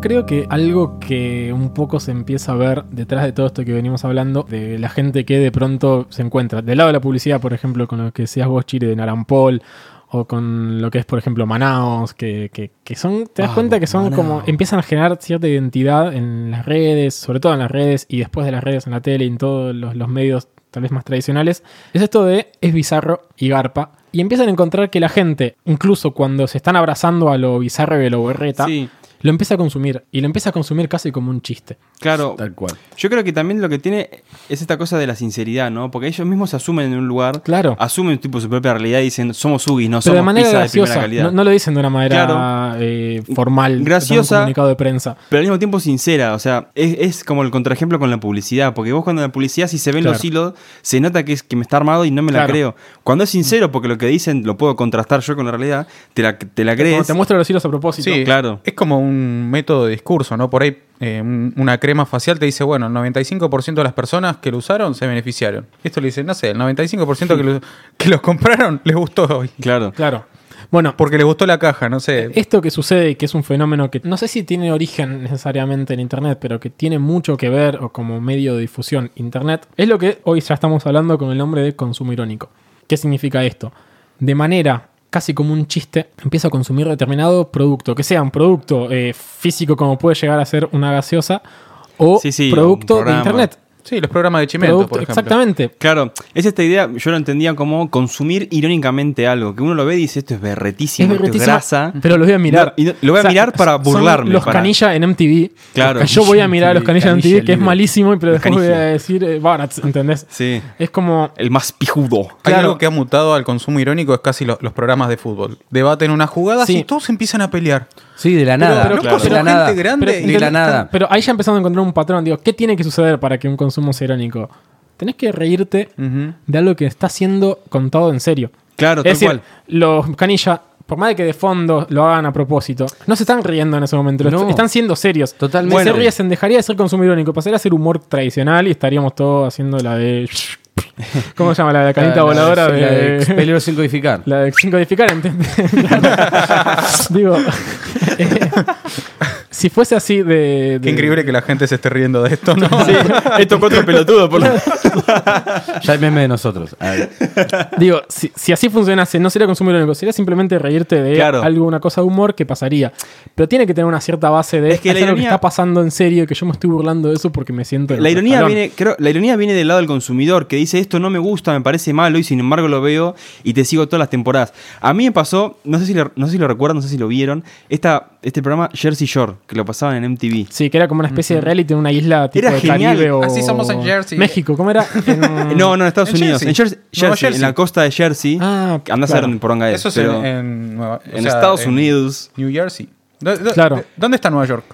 E: Creo que algo que un poco se empieza a ver detrás de todo esto que venimos hablando, de la gente que de pronto se encuentra, del lado de la publicidad, por ejemplo, con lo que decías vos, Chile, de Narampol, o con lo que es, por ejemplo, Manaos, que, que- que son, te das
C: Vamos,
E: cuenta que son
C: Manaos.
E: como, empiezan a generar cierta identidad en las redes, sobre todo en las redes y después de las redes en la tele y en todos los, los medios tal vez más tradicionales, es esto de es bizarro y garpa. Y empiezan a encontrar que la gente, incluso cuando se están abrazando a lo bizarro y a lo berreta,
D: Sí,
E: lo empieza a consumir y lo empieza a consumir casi como un chiste.
D: claro.
C: Tal cual.
D: Yo creo que también lo que tiene es esta cosa de la sinceridad, ¿no? Porque ellos mismos se asumen en un lugar,
E: Claro.
D: asumen tipo su propia realidad y dicen, somos Ugis, no
E: Pero de
D: Ah, somos
E: manera
D: pizza de primera
E: graciosa.
D: calidad.
E: No, no lo dicen de una manera
D: Claro.
E: eh, formal.
D: Graciosa.
E: que sea un comunicado de prensa.
D: Pero al mismo tiempo sincera, o sea, es, es como el contraejemplo con la publicidad, porque vos cuando en la publicidad si se ven
E: Claro.
D: los hilos, se nota que, es, que me está armado y no me
E: Claro.
D: la creo. Cuando es sincero, porque lo que dicen lo puedo contrastar yo con la realidad, te la, te la
E: Como
D: crees.
E: te muestro los hilos a propósito.
D: claro.
G: Es como un método de discurso, ¿no? Por ahí eh, un- una crema facial, te dice, bueno, el 95% de las personas que lo usaron se beneficiaron. Y esto le dice, no sé, el 95% que lo, que lo compraron les gustó hoy.
D: Claro.
E: Claro. Bueno,
G: Porque les gustó la caja, no sé.
E: Esto que sucede y que es un fenómeno que no sé si tiene origen necesariamente en Internet, pero que tiene mucho que ver o como medio de difusión Internet, es lo que hoy ya estamos hablando con el nombre de consumo irónico. ¿Qué significa esto? De manera casi como un chiste, empiezo a consumir determinado producto, que sea un producto eh, físico como puede llegar a ser una gaseosa o
D: Sí, sí,
E: producto
D: un programa.
E: de Internet.
G: Sí, los programas de Chimento,
E: Producto-
G: por ejemplo.
E: exactamente.
D: Claro, es esta idea, yo lo entendía como consumir irónicamente algo, que uno lo ve y dice, esto es berretísimo,
E: Es
D: esto es
E: berretísimo,
D: grasa.
E: Pero los voy a mirar.
D: No, y no- lo voy a mirar para
E: son
D: burlarme,
E: Los
D: para-
E: canilla en MTV.
D: Claro.
E: Yo voy a mirar a los canilla en
C: Canilla
E: MTV, que es
C: libre.
E: malísimo, pero
D: Los
E: después voy a
D: canilla.
E: decir eh, Barats, ¿entendés?
D: Sí,
E: Es como.
D: el más pijudo.
G: Hay
E: Claro.
G: algo que ha mutado al consumo irónico, es casi lo- los programas de fútbol. Debaten una jugada
E: Sí.
G: y todos empiezan a pelear.
C: Sí, de la
G: Pero,
C: nada.
G: pero
D: claro.
C: de la
G: somos
C: nada.
G: gente grande.
C: Pero- de la
E: ¿entendés?
C: nada.
E: Pero ahí ya empezando a encontrar un patrón. Digo, ¿qué tiene que suceder para que un consumo sea irónico? Tenés que reírte
G: Ujú.
E: de algo que está siendo contado en serio.
D: Claro, tal
E: es decir,
D: cual.
E: los canilla, por más de que de fondo lo hagan a propósito, no se están riendo en ese momento, lo
C: No.
E: est- están siendo serios.
C: Totalmente.
E: Si se
C: Bueno.
E: riesen, dejaría de ser consumo irónico, pasaría a ser humor tradicional y estaríamos todos haciendo la de. ¿Cómo se llama? La de canita
C: Ah, La- la-
E: voladora.
C: la
E: de,
C: de Peligro sin codificar.
E: La de sin codificar, ¿entendés? Claro. Digo, eh, si fuese así de... de-
G: Qué increíble que la gente se esté riendo de esto, ¿no?
D: Estos cuatro pelotudos, por la...
C: Ya hay meme de nosotros. A ver.
E: Digo, si, si así funcionase, no sería consumo irónico, sería simplemente reírte de
D: Claro.
E: algo, una cosa de humor que pasaría. Pero tiene que tener una cierta base de...
D: Es que
E: "Es
D: la
E: algo que
D: ironía-
E: está pasando en serio, y que yo me estoy burlando de eso porque me siento... en
D: La
E: el
D: ironía,
E: salón".
D: viene, creo, la ironía viene del lado del consumidor, que dice esto no me gusta, me parece malo y sin embargo lo veo y te sigo todas las temporadas. A mí me pasó, no sé si lo, no sé si lo recuerdan, no sé si lo vieron, esta, este programa Jersey Shore, que lo pasaban en MTV.
E: Sí, que era como una especie de reality en una isla tipo
D: Era
E: de
D: genial.
E: Caribe o...
G: Así somos en Jersey.
E: México, ¿cómo era? En-
D: No, no, en Estados
G: En
D: Unidos.
G: Jersey.
D: En Jersey,
G: Nueva
D: Jersey,
G: Jersey.
D: en la costa de Jersey.
E: Ah,
D: Andá a
E: claro.
D: saber por dónde es.
G: Eso es
D: pero-
G: en, en Nueva- o
D: en
G: sea,
D: Estados
G: en
D: Unidos.
G: New Jersey. Do- do-
E: Claro.
G: ¿Dónde está Nueva York?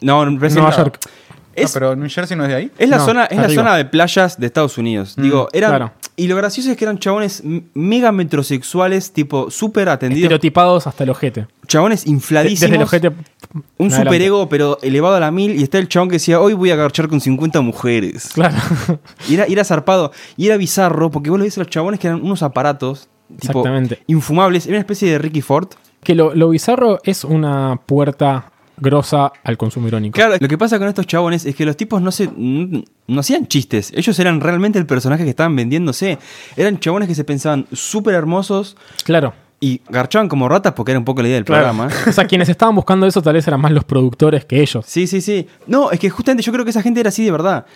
D: No, en Jersey-
E: Nueva York.
G: No,
D: Es,
G: pero New Jersey no es de ahí.
D: es la,
E: No,
D: zona, es la
E: arriba.
D: zona de playas de Estados Unidos. Digo, eran.
E: claro.
D: Y lo gracioso es que eran chabones m- mega metrosexuales, tipo súper atendidos.
E: Estereotipados hasta el ojete.
D: Chabones infladísimos.
E: Desde el ojete...
D: un
E: adelante.
D: superego, pero elevado a la mil. Y está el chabón que decía, hoy voy a agarchar con 50 mujeres.
E: Claro.
D: Y era, y era zarpado. Y era bizarro, porque vos lo ves a los chabones que eran unos aparatos. Tipo,
E: Exactamente.
D: Infumables. Era una especie de Ricky Ford.
E: Que lo, lo bizarro es una puerta grosa al consumo irónico.
D: Claro, lo que pasa con estos chabones es que los tipos no se n- no hacían chistes. Ellos eran realmente el personaje que estaban vendiéndose. Eran chabones que se pensaban súper hermosos
E: Claro.
D: y garchaban como ratas porque era un poco la idea del programa.
E: O sea, quienes estaban buscando eso tal vez eran más los productores que ellos.
D: Sí, sí, sí. No, es que justamente yo creo que esa gente era así de verdad.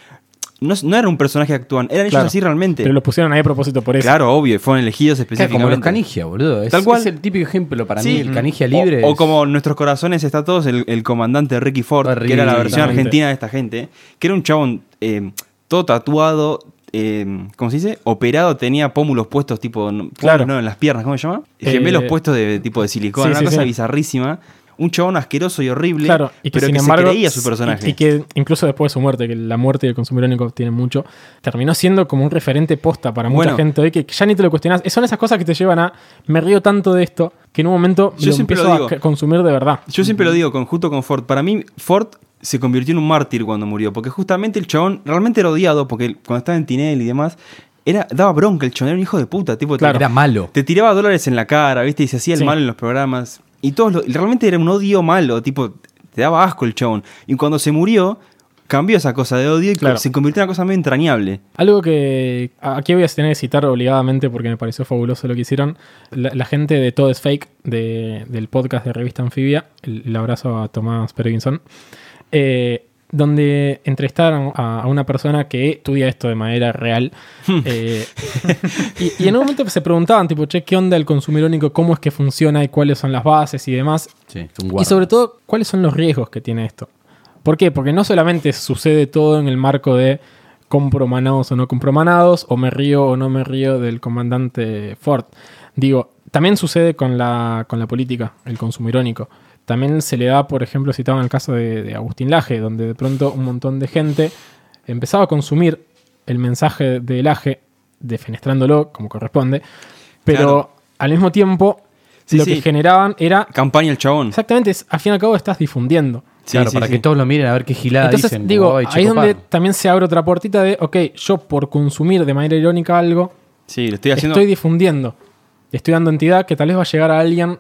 D: No, no era un personaje que actúan, eran
E: Claro.
D: ellos así realmente.
E: Pero los pusieron ahí a propósito por eso.
D: Claro, obvio, y fueron elegidos
C: Claro,
D: específicamente.
C: como los canigia, boludo. Es,
D: Tal cual.
C: es el típico ejemplo para
D: Sí. mm,
C: mí, el canigia
D: O-
C: libre.
D: O,
C: es-
D: como en nuestros corazones está todos el, el comandante Ricky Ford,
C: Ricky,
D: que era la versión
E: exactamente.
D: argentina de esta gente, que era un chabón eh, todo tatuado, eh, ¿cómo se dice? Operado, tenía pómulos puestos, tipo, no, pómulos
E: Claro.
D: no, en las piernas, ¿cómo se llama?
E: Eh,
D: Gemelos puestos de tipo de silicona,
E: sí,
D: una
E: sí,
D: cosa
E: sí.
D: bizarrísima. Un chabón asqueroso y horrible,
E: Claro, y que
D: pero
E: sin
D: que
E: embargo.
D: se creía su personaje.
E: Y, y que incluso después de su muerte, que la muerte y el consumo irónico tiene mucho, terminó siendo como un referente posta para mucha
D: Bueno.
E: gente hoy que ya ni te lo cuestionás. Son esas cosas que te llevan a. Me río tanto de esto que en un momento
D: Yo
E: lo
D: siempre lo
E: empiezo
D: digo.
E: a c- consumir de verdad.
D: Yo siempre lo digo, con, junto con Ford. Para mí, Ford se convirtió en un mártir cuando murió, porque justamente el chabón realmente era odiado, porque él, cuando estaba en Tinel y demás, era, daba bronca, el chabón era un hijo de puta, tipo, te-
E: Claro.
C: Era malo.
D: te tiraba dólares en la cara, ¿viste? Y se hacía el
E: Sí.
D: mal en los programas. Y todos lo- realmente era un odio malo, tipo, te daba asco el chabón. Y cuando se murió, cambió esa cosa de odio y
E: Claro.
D: se convirtió en una cosa medio entrañable.
E: Algo que a- aquí voy a tener que citar obligadamente porque me pareció fabuloso lo que hicieron. La, la gente de Todo es Fake, de- del podcast de Revista Anfibia, el, el abrazo a Tomás Perkinson, eh, donde entrevistaron a, a una persona que estudia esto de manera real. eh, y, y en un momento se preguntaban, tipo, che, ¿qué onda el consumir único? ¿Cómo es que funciona y cuáles son las bases y demás?
C: Sí, es un guarda.
E: Y sobre todo, ¿cuáles son los riesgos que tiene esto? ¿Por qué? Porque no solamente sucede todo en el marco de compromanados o no compromanados, o me río o no me río del comandante Ford. Digo, también sucede con la, con la política, el consumo irónico. También se le da, por ejemplo, citado en el caso de, de Agustín Laje, donde de pronto un montón de gente empezaba a consumir el mensaje de Laje, defenestrándolo como corresponde, pero
D: Claro.
E: al mismo tiempo
D: Sí,
E: lo
D: sí.
E: que generaban era.
D: Campaña el chabón.
E: Exactamente, es- al fin y al cabo estás difundiendo.
D: Sí,
C: claro,
D: sí,
C: para
D: sí.
C: que todos lo miren a ver qué gilada
E: Entonces,
C: dicen.
E: digo,
C: Ay,
E: ahí es
C: Checo
E: donde
C: Pan.
E: también se abre otra puertita de, ok, yo por consumir de manera irónica algo,
D: Sí, lo estoy haciendo.
E: estoy difundiendo. Estoy dando entidad que tal vez va a llegar a alguien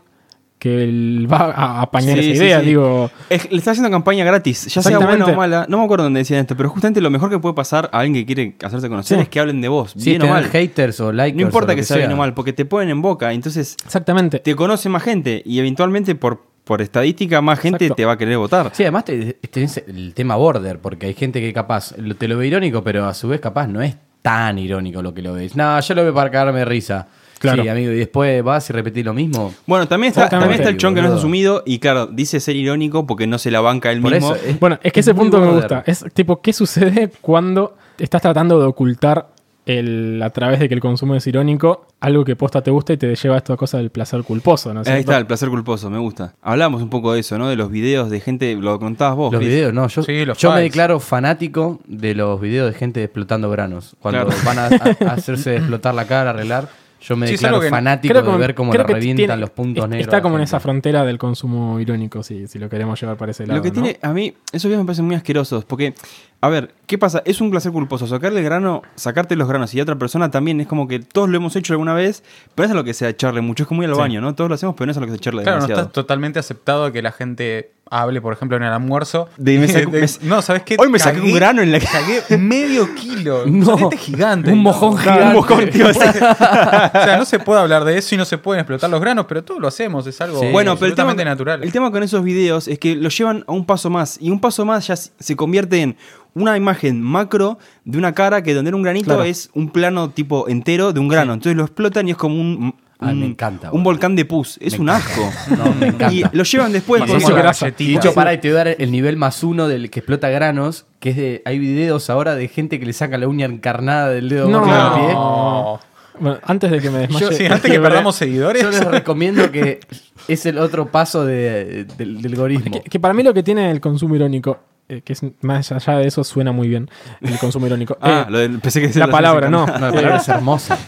E: que el- va a apañar
D: Sí,
E: esa
D: sí,
E: idea.
D: sí.
E: Digo,
D: Es- le está haciendo campaña gratis, ya sea buena o
E: Exactamente.
D: mala. No me acuerdo dónde decían esto, pero justamente lo mejor que puede pasar a alguien que quiere hacerse conocer
E: Sí.
D: es que hablen de vos,
C: Sí,
D: bien o
C: tener
D: mal.
C: haters o likers
D: No
C: o lo
D: importa que sea bien
C: sea.
D: o mal, porque te ponen en boca, entonces
E: exactamente.
D: te conoce más gente y eventualmente por, por estadística más gente
E: Exacto.
D: te va a querer votar.
C: Sí, además te- tenés el tema border, porque hay gente que capaz lo- te lo ve irónico, pero a su vez capaz no es tan irónico lo que lo ves. No, yo lo veo para cagarme de risa.
E: Claro.
C: Sí, amigo, y después vas y repetís lo mismo.
D: Bueno, también está,
E: Exactamente.
D: también está el chon que no es
C: Boludo.
D: asumido y claro, dice ser irónico porque no se la banca él
C: Por
D: mismo.
C: eso, es-
E: Bueno, es que ese
C: muy
E: punto me
C: border.
E: gusta. Es tipo, ¿qué sucede cuando estás tratando de ocultar el, a través de que el consumo es irónico algo que posta te gusta y te lleva a esta cosa del placer culposo? ¿no es
D: Ahí
E: cierto?
D: está, el placer culposo, me gusta. Hablamos un poco de eso, ¿no? De los videos de gente, lo contabas vos.
C: Los
D: Chris.
C: videos, no, yo,
G: Sí, los
C: yo me
G: files.
C: declaro fanático de los videos de gente explotando granos. Cuando
D: Claro.
C: van a, a- a hacerse explotar la cara, arreglar, yo me
G: Sí, es
C: declaro
G: algo que-
C: fanático
E: Creo
C: de
E: como-
C: ver cómo le
E: creo que
C: revientan
E: tiene-
C: los puntos
E: es-
C: negros. a
E: Está
C: la
E: como en esa
C: gente.
E: frontera del consumo irónico, si, si lo queremos llevar para ese lado.
D: Lo que
E: ¿no?
D: tiene, a mí, esos videos me parecen muy asquerosos. Porque, a ver, ¿qué pasa? Es un placer culposo. Sacarle el grano, sacarte los granos y a otra persona también es como que todos lo hemos hecho alguna vez, pero eso es lo que sea echarle mucho. Es como ir al baño, ¿no? Todos lo hacemos, pero no es lo que se echarle
G: Claro, no
D: demasiado.
G: está totalmente aceptado que la gente hable, por ejemplo, en el almuerzo.
D: De- me saqué- me-
G: no, ¿sabes qué?
D: Hoy me saqué un grano en la-
G: Saqué medio kilo.
C: No.
G: No. gigante.
C: Un
G: ¿no?
C: mojón
G: Claro,
C: gigante.
D: Un mojón, tío, así.
G: O sea, no se puede hablar de eso y no se pueden explotar los granos, pero todos lo hacemos. Es algo
C: Sí.
D: Bueno, pero el tema,
G: absolutamente natural.
D: el tema con esos videos es que lo llevan a un paso más. Y un paso más ya s- se convierte en una imagen macro de una cara que donde era un granito es un plano tipo entero de un grano. Entonces lo explotan y es como un.
C: Ay,
D: un-
C: Ah, me encanta,
D: un
C: boludo.
D: volcán de pus. Es
C: Me
D: un
C: encanta.
D: asco.
C: No, me encanta.
D: Y lo llevan después.
G: Pasamos
D: porque-
G: la
E: grasa.
G: galletita.
C: Y Mucho pará, y te voy a dar el nivel más uno del que explota granos, que es de, hay videos ahora de gente que le saca la uña encarnada del dedo
E: No.
C: gordo del pie.
G: No.
E: Bueno, antes de que me desmaye.
G: Sí, antes que perdamos seguidores.
C: Yo les recomiendo que es el otro paso de- del, del gorismo.
E: Que, que para mí lo que tiene el consumo irónico, eh, que es más allá de eso, suena muy bien. El consumo irónico.
D: Ah,
E: Eh,
D: lo del- pensé que
E: la palabra, no.
C: No, la palabra es hermosa.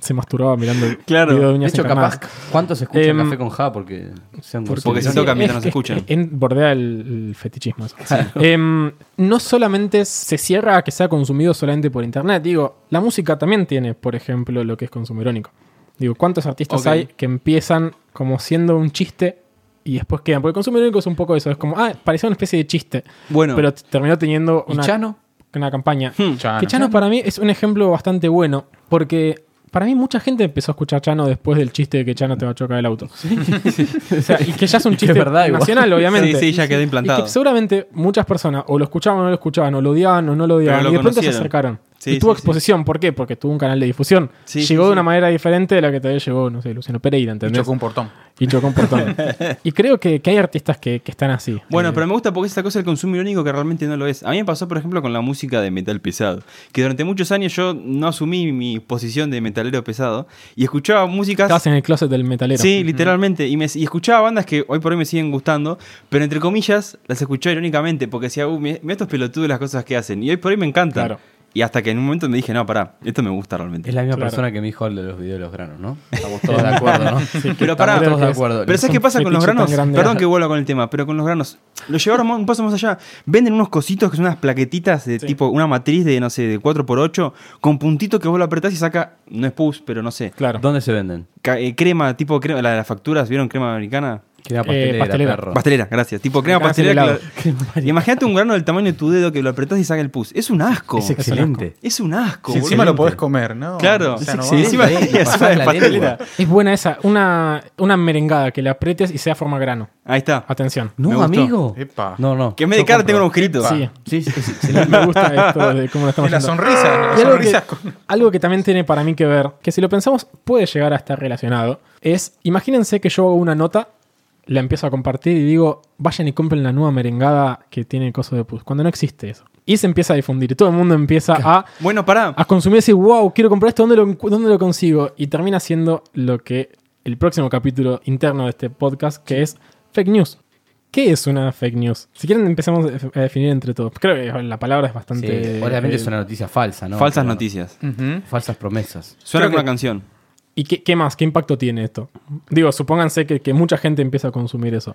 E: Se masturbaba mirando el
D: Claro.
E: video de
C: De
E: uñas
C: hecho,
E: encarnadas.
C: capaz, ¿cuántos escuchan
E: Em,
C: Café con Ja? Porque sean
D: Porque se
C: groseros?
D: toca mientras
E: es
D: nos
E: que-
D: escuchan.
E: en- bordea el, el fetichismo. eso. Em, no solamente se cierra a que sea consumido solamente por internet. Digo, la música también tiene, por ejemplo, lo que es consumo irónico. Digo, ¿cuántos artistas
D: Ok.
E: hay que empiezan como siendo un chiste y después quedan? Porque el consumo irónico es un poco eso. Es como, ah, parecía una especie de chiste.
D: Bueno,
E: Pero t- terminó teniendo
C: ¿Y
E: una,
C: Chano?
E: una campaña.
D: Hmm.
G: Chano.
E: Que Chano para mí es un ejemplo bastante bueno, porque para mí mucha gente empezó a escuchar Chano después del chiste de que Chano te va a chocar el auto. O sea, y que ya es un
C: Y que es
E: chiste
C: verdad igual.
E: nacional, obviamente.
D: Sí, sí, ya quedó implantado.
E: Y que seguramente muchas personas o lo escuchaban o no lo escuchaban, o lo odiaban o no lo odiaban,
D: Pero lo
E: y de pronto se
D: conocieron.
E: acercaron.
D: Sí,
E: y tuvo
D: sí, sí.
E: exposición, ¿por qué? Porque tuvo un canal de difusión.
D: Sí, sí,
E: Llegó de
D: sí.
E: una manera diferente de la que todavía llegó, no sé, Luciano Pereira,
G: Y
E: ¿entendés?
G: chocó un portón.
E: Y chocó un portón. y creo que, que hay artistas que, que están así.
D: Bueno,
E: Eh,
D: pero me gusta porque es esta cosa del consumo irónico que realmente no lo es. A mí me pasó, por ejemplo, con la música de metal pesado. Que durante muchos años yo no asumí mi posición de metalero pesado y escuchaba músicas.
E: Estabas en el closet del metalero.
D: Sí, literalmente. Y, me, y escuchaba bandas que hoy por hoy me siguen gustando, pero entre comillas las escuchaba irónicamente porque decía, uh, mira estos pelotudos las cosas que hacen. Y hoy por hoy me encantan.
E: Claro.
D: Y hasta que en un momento me dije, no, pará, esto me gusta realmente.
C: Es la misma
E: Claro.
C: persona que me dijo el de los videos de los granos, ¿no? Estamos todos de acuerdo, ¿no?
D: Pero pará,
C: Estamos todos de
E: que es-
C: acuerdo.
D: Pero
E: Es
D: ¿sabes qué
E: un
D: pasa con los
E: fetiche tan
D: granos?
E: grande.
D: Perdón que vuelva con el tema, pero con los granos. Lo llevaron un paso más allá. Venden unos cositos que son unas plaquetitas de tipo una matriz de, no sé, de 4x8 con puntito que vos lo apretás y saca, no es pus, pero no sé.
E: Claro.
C: ¿Dónde se venden?
D: ca- eh, crema, tipo crema, la de las facturas, ¿vieron crema americana?
C: Que era
E: Eh,
C: pastelera,
E: pastelera.
C: perro.
D: Pastelera, gracias. Tipo crema
E: Acá hace el
D: pastelera.
E: helado.
D: que lo- Imagínate un grano del tamaño de tu dedo que lo apretás y saca el pus. Es un asco.
C: Es excelente.
D: Es un asco.
G: Si
D: boludo.
G: encima lo podés comer, ¿no?
D: Claro.
G: O sea, no
D: Sí,
G: va.
D: sí, encima-
C: Excelente,
D: encima
C: pasás
D: de
C: la
D: pastelera.
C: lengua.
E: Es buena esa, una, una merengada que la aprietes y sea forma grano.
D: Ahí está.
E: Atención.
D: Me
C: No,
D: gustó.
C: amigo.
G: Epa.
C: No, no.
D: Que en vez de
C: Yo
D: cara
C: compro.
D: tengo un agujerito.
E: Sí.
C: Sí, sí, sí, sí.
E: Me gusta esto de cómo lo estamos
G: Y la
E: haciendo.
G: sonrisa.
E: Y
G: Las
E: algo que,
G: sonrisas con-
E: algo que también tiene para mí que ver, que si lo pensamos puede llegar a estar relacionado, es imagínense que yo hago una nota, la empiezo a compartir y digo, vayan y compren la nueva merengada que tiene el coso de pus, cuando no existe eso. Y se empieza a difundir, todo el mundo empieza a,
D: Bueno, pará.
E: a consumir y decir, wow, quiero comprar esto, ¿dónde lo, encu- ¿dónde lo consigo? Y termina siendo lo que el próximo capítulo interno de este podcast, que es fake news. ¿Qué es una fake news? Si quieren empezamos a definir entre todos. Creo que la palabra es
C: Sí,
E: bastante...
C: obviamente
E: eh,
C: es una noticia falsa, ¿no?
D: Falsas
C: Pero-
D: noticias.
G: Ujú.
C: Falsas promesas.
D: Suena
G: Creo
D: como
G: que-
D: una canción.
E: ¿Y qué, qué más? ¿Qué impacto tiene esto? Digo, supónganse que, que mucha gente empieza a consumir eso.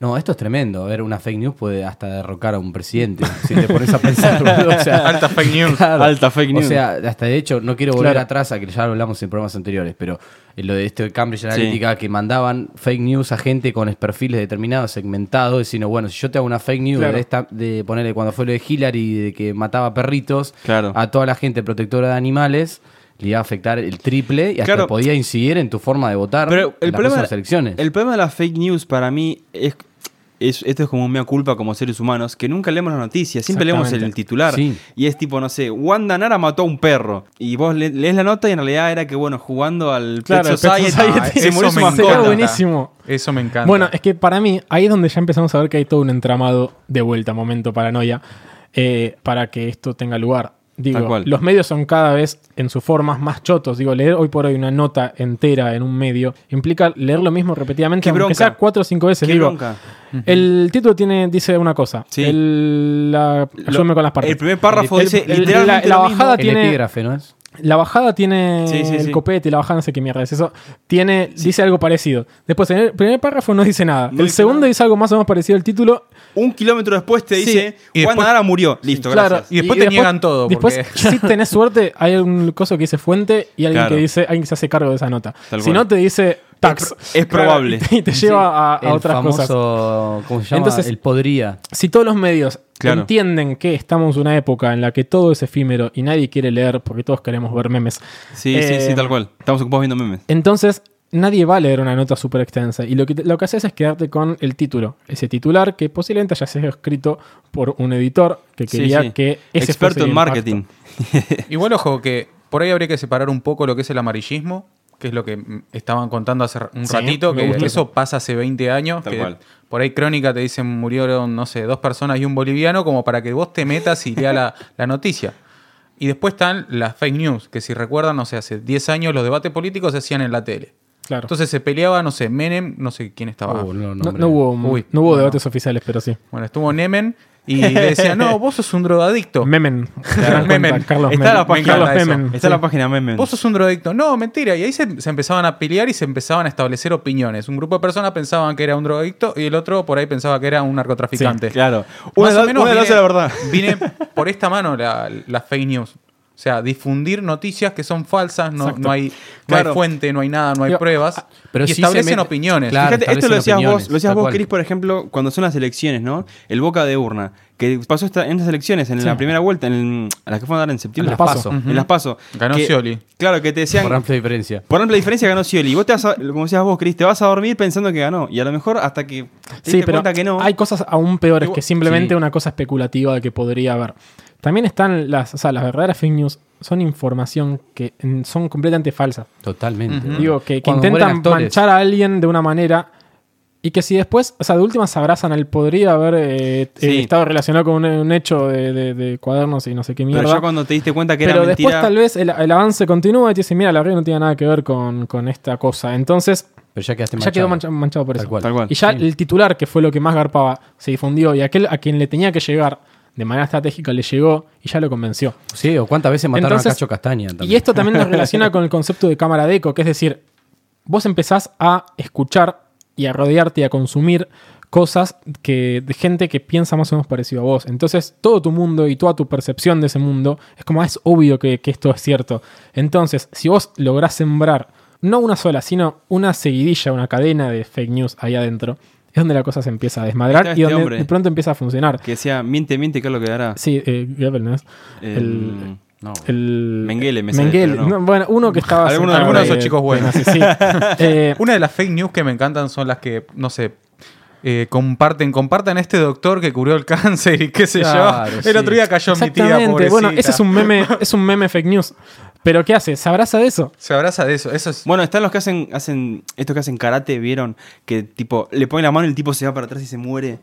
C: No, esto es tremendo. A ver, una fake news puede hasta derrocar a un presidente. si te pones a pensar, boludo, o sea,
G: Alta fake news.
C: Claro.
D: Alta fake news.
C: O sea, hasta de hecho, no quiero volver
E: Claro.
C: atrás a que ya lo hablamos en programas anteriores, pero en lo de esto de Cambridge Analytica, que mandaban fake news a gente con perfiles determinados, segmentados, diciendo, bueno, si yo te hago una fake news
E: Claro.
C: de esta, de ponerle cuando fue lo de Hillary, de que mataba perritos,
D: Claro.
C: a toda la gente protectora de animales, le iba a afectar el triple y hasta
D: Claro.
C: podía incidir en tu forma de votar en
D: Pero el
C: las
D: problema,
C: próximas elecciones.
D: el problema de las fake news para mí es, es- esto es como un mea culpa como seres humanos, que nunca leemos las noticias, siempre leemos el
E: Exactamente.
D: titular.
C: Sí.
D: Y es tipo, no sé, Wanda Nara mató a un perro. Y vos le- lees la nota y en realidad era que, bueno, jugando al
E: Claro,
D: Pet
E: al
D: Society,
E: Pet Society.
D: se
G: Eso
D: murió su
G: me
D: mascota.
E: Sería buenísimo.
G: Eso me encanta.
E: Bueno, es que para mí, ahí es donde ya empezamos a ver que hay todo un entramado de vuelta, momento paranoia, eh, para que esto tenga lugar.
D: Tal
E: Digo,
D: cual.
E: los medios son cada vez en sus formas más chotos. Digo, leer hoy por hoy una nota entera en un medio implica leer lo mismo repetidamente,
D: Qué
E: aunque
D: bronca.
E: sea cuatro o cinco veces.
D: Qué
E: Digo,
D: bronca.
E: el título tiene, dice una cosa.
D: Sí.
E: El, la- ayúdame con las partes.
D: El primer párrafo
E: El-
D: dice
E: el-
D: literalmente
E: la- la
D: lo mismo.
E: bajada-
C: El
E: tiene-
C: epígrafe, ¿no es?
E: La bajada tiene
D: Sí, sí, sí.
E: el copete, la bajada no sé qué mierda es eso. Tiene, dice algo parecido. Después, en el primer párrafo no dice nada.
D: No
E: el
D: dice
E: segundo
D: nada.
E: dice algo más o menos parecido al título.
D: Un kilómetro después te
E: Sí.
D: dice,
G: Y
D: Wanda
G: después-
D: Nara murió. Listo,
E: Claro.
D: gracias.
G: Y después te niegan todo,
E: Después,
G: porque-
E: si tenés suerte, hay un coso que dice fuente y alguien
D: Claro.
E: que dice, alguien que se hace cargo de esa nota.
D: Tal
E: si
D: cual.
E: no, te dice tax.
D: Es pro- es probable.
E: Claro, y te lleva a, a
C: el
E: otras
C: famoso,
E: cosas.
C: ¿cómo se llama?
E: Entonces-
C: el podría.
E: Si todos los medios
D: Claro.
E: entienden que estamos en una época en la que todo es efímero y nadie quiere leer porque todos queremos ver memes,
D: Sí,
E: Eh,
D: sí, sí, tal cual. Estamos ocupados viendo memes.
E: Entonces, nadie va a leer una nota súper extensa. Y lo que, lo que haces es quedarte con el título. Ese titular que posiblemente haya sido escrito por un editor que
D: Sí,
E: quería
D: sí.
E: que ese fuese
D: Experto
E: el
D: en
E: impacto.
D: marketing.
G: Igual, ojo, que por ahí habría que separar un poco lo que es el amarillismo, que es lo que mm, estaban contando hace r- un
E: Sí,
G: ratito,
E: me
G: que
E: gusta
G: eso pasa hace 20 años.
D: Tal
G: que
D: cual.
G: Por ahí crónica te dicen murieron, no sé, dos personas y un boliviano, como para que vos te metas y leas la, la noticia. Y después están las fake news, que si recuerdan, no sé, hace 10 años los debates políticos se hacían en la tele.
E: Claro.
G: Entonces se peleaba, no sé, Menem, no sé quién estaba.
C: Oh, no, no,
E: ah, no,
C: hombre.
E: no hubo,
G: Uy,
E: no hubo
G: bueno.
E: debates oficiales, pero sí.
G: Bueno, estuvo Nemen y le decía, no, vos sos un drogadicto.
E: Memen. Se dan cuenta,
G: Memen.
E: Carlos
D: Está
E: Memen.
D: la página
E: Carlos
G: de eso.
E: Memen,
D: Está
E: sí.
D: la página memes.
G: Vos sos un drogadicto. No, mentira. Y ahí se, se empezaban a pelear y se empezaban a establecer opiniones. Un grupo de personas pensaban que era un drogadicto y el otro por ahí pensaba que era un narcotraficante.
D: Claro.
G: Más
D: Una
G: o menos
D: una de las es la verdad.
G: vine por esta mano la, la fake news. O sea, difundir noticias que son falsas, no,
E: Exacto.
G: no hay, no
D: Claro.
G: hay fuente, no hay nada, no hay
E: Digo,
G: pruebas.
C: pero
G: y
C: sí se
G: establecen
C: mete-
G: opiniones.
C: Claro,
D: Fíjate, esto lo
C: establecen
D: decías
C: opiniones,
D: vos, lo decías
C: tal
D: vos,
C: cual.
D: Cris, por ejemplo, cuando son las elecciones, ¿no? El boca de urna, que pasó esta- en estas elecciones, en la primera vuelta, en a las que fueron a dar en septiembre.
C: Las PASO.
D: En las paso.
G: Ganó
D: que,
G: Scioli.
D: Claro, que te decían.
C: Por amplia diferencia.
D: Por amplia diferencia ganó Scioli. Vos te vas a- como decías vos, Cris, te vas a dormir pensando que ganó. Y a lo mejor hasta que te
E: Sí,
D: diste
E: pero
D: cuenta que no.
E: hay cosas aún peores
D: Igual-
E: que simplemente
C: sí.
E: una cosa especulativa de que podría haber. También están las, o sea, las verdaderas fake news son información que mm, son completamente falsas.
C: Totalmente. boludo.
E: Digo, que, que
C: Cuando mueren
E: intentan
C: actores.
E: manchar a alguien de una manera y que si después, o sea, de última se abrazan al podría haber eh, eh,
D: Sí.
E: estado relacionado con un, un hecho de, de- de cuadernos y no sé qué
D: pero
E: mierda.
D: ya cuando te diste cuenta que
E: Pero
D: era
E: después
D: mentira.
E: tal vez el, el avance continúa y te dicen, mira, la red no tiene nada que ver con, con esta cosa. Entonces,
C: Pero ya quedaste
E: ya quedó mancha-
C: manchado.
E: manchado por
C: Tal
E: eso.
C: cual.
D: Tal cual.
E: Y ya
C: Sí.
E: el titular, que fue lo que más garpaba, se difundió y aquel a quien le tenía que llegar de manera estratégica le llegó y ya lo convenció.
C: Sí, o cuántas veces mataron
E: Entonces-
C: a Cacho Castaña. también.
E: Y esto también nos relaciona con el concepto de cámara de eco, que es decir, vos empezás a escuchar y a rodearte y a consumir cosas que, de gente que piensa más o menos parecido a vos. Entonces, todo tu mundo y toda tu percepción de ese mundo es como, ah, es obvio que, que esto es cierto. Entonces, si vos lográs sembrar, no una sola, sino una seguidilla, una cadena de fake news ahí adentro, es donde la cosa se empieza a desmadrar
D: Está este
E: y donde
D: hombre.
E: de pronto empieza a funcionar.
D: Que decía, miente, miente, ¿qué es lo que Em, hará?
E: Sí, eh, Goebbels, ¿no es?
D: Eh,
E: el-
C: No.
E: El, eh,
D: Mengele, me sale,
E: Mengele,
D: pero no.
E: no, bueno, uno que estaba.
D: Alguno-
E: sentado
D: alguno de esos
G: chicos buenos.
E: de nazi, sí. Eh,
G: Una de las fake news que me encantan son las que, no sé, eh, comparten, compartan este doctor que curó el cáncer y qué sé
C: Claro,
G: yo. El
C: sí.
G: otro día cayó mi tía,
E: exactamente.
G: pobrecita.
E: bueno, ese es un meme, es un meme fake news. Pero ¿qué hace? ¿Se abraza de eso?
G: Se abraza de eso. Eso es...
D: Bueno, están los que hacen, hacen, estos que hacen karate, vieron que tipo, le ponen la mano y el tipo se va para atrás y se muere.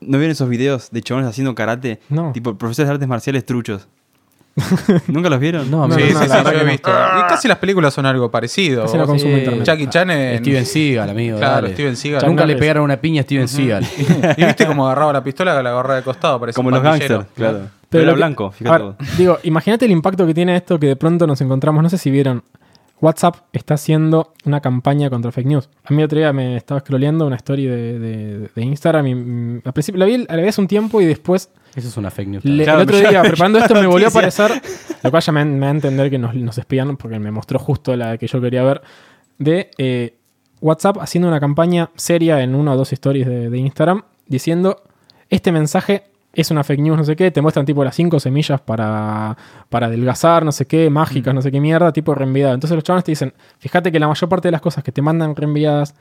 D: ¿No vieron esos videos de chabones haciendo karate?
E: No.
D: Tipo, profesores de artes marciales truchos. ¿Nunca los vieron?
C: No,
G: sí,
C: amigo,
G: sí,
E: no,
G: sí,
E: la
G: yo
E: verdad
G: he
E: que no.
G: visto. Y casi las películas son algo parecido.
E: Casi no
G: Vos-
E: consumo
C: Sí.
E: internet.
G: Jackie Chan en-
C: Steven Seagal, amigo.
G: Claro,
C: dale.
G: Steven Seagal.
C: Nunca le
E: Charles.
C: pegaron una piña a Steven Seagal.
G: y viste cómo agarraba la pistola, la agarraba de costado, parecía
D: Como
G: un
D: los
G: pandillero.
D: gangsters, claro. Pero,
E: Pero
D: era
E: lo que-
D: blanco,
E: a ver,
D: fíjate vos.
E: Digo, imagínate el impacto que tiene esto que de pronto nos encontramos, no sé si vieron WhatsApp está haciendo una campaña contra fake news. A mí otro día me estaba scrolleando una story de, de- de Instagram y mm, al principio la vi, la vi hace un tiempo y después
C: Eso es una fake news.
E: le-
D: Claro,
E: el otro
D: ya- ya
E: día preparando esto
D: la
E: me volvió a
D: noticia.
E: aparecer, lo cual ya me, me da a entender que nos, nos espían porque me mostró justo la que yo quería ver de eh, WhatsApp haciendo una campaña seria en una o dos stories de, de Instagram diciendo este mensaje es una fake news, no sé qué, te muestran tipo las cinco semillas para, para adelgazar, no sé qué, mágicas, no sé qué mierda, tipo reenviado. Entonces los chavales te dicen, fíjate que la mayor parte de las cosas que te mandan reenviadas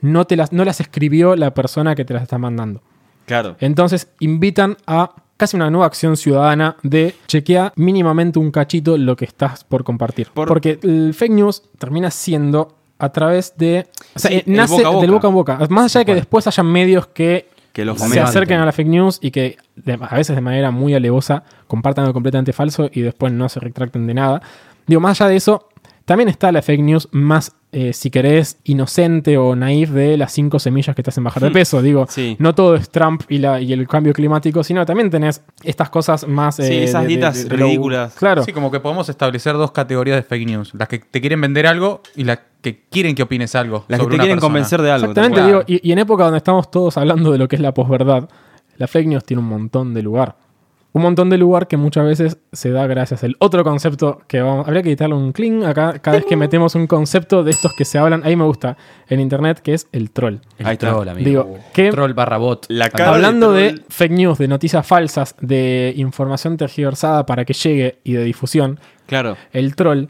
E: no, te las, no las escribió la persona que te las está mandando.
D: Claro.
E: eh, Entonces invitan a casi una nueva acción ciudadana de chequea mínimamente un cachito lo que estás por compartir.
D: Por-
E: Porque el fake news termina siendo a través de... O sea,
D: Sí,
E: eh,
D: el
E: nace
D: boca a boca.
E: del boca a boca. Más allá de que después haya medios que
D: Que lo
E: se
D: fomentan.
E: acerquen a la fake news y que de- a veces de manera muy alevosa compartan algo completamente falso y después no se retracten de nada. Digo, más allá de eso, también está la fake news más, eh, si querés, inocente o naif de las cinco semillas que te hacen bajar de peso. Digo,
D: Mm. Sí.
E: no todo es Trump y, la, y el cambio climático, sino también tenés estas cosas más... eh,
D: Sí, esas dietas
E: low-
D: ridículas.
E: Claro.
G: Sí, como que podemos establecer dos categorías de fake news. Las que te quieren vender algo y las que quieren que opines algo.
D: Las que te
G: sobre una
D: quieren
G: persona.
D: convencer de algo.
E: Exactamente,
D: ¿te
E: digo,
D: acuerdas?
E: y, y en época donde estamos todos hablando de lo que es la posverdad, la fake news tiene un montón de lugar. Un montón de lugar que muchas veces se da gracias al otro concepto que vamos. Habría que editarle un cling acá cada vez que metemos un concepto de estos que se hablan. Ahí me gusta en internet, que es el troll.
C: El
D: Ahí está.
C: troll, amigo.
E: Digo, ¿qué-
C: Troll barra bot.
D: La cara-
E: Hablando
D: de
E: de
D: troll.
E: fake news, de noticias falsas, de información tergiversada para que llegue y de difusión,
D: Claro.
E: el troll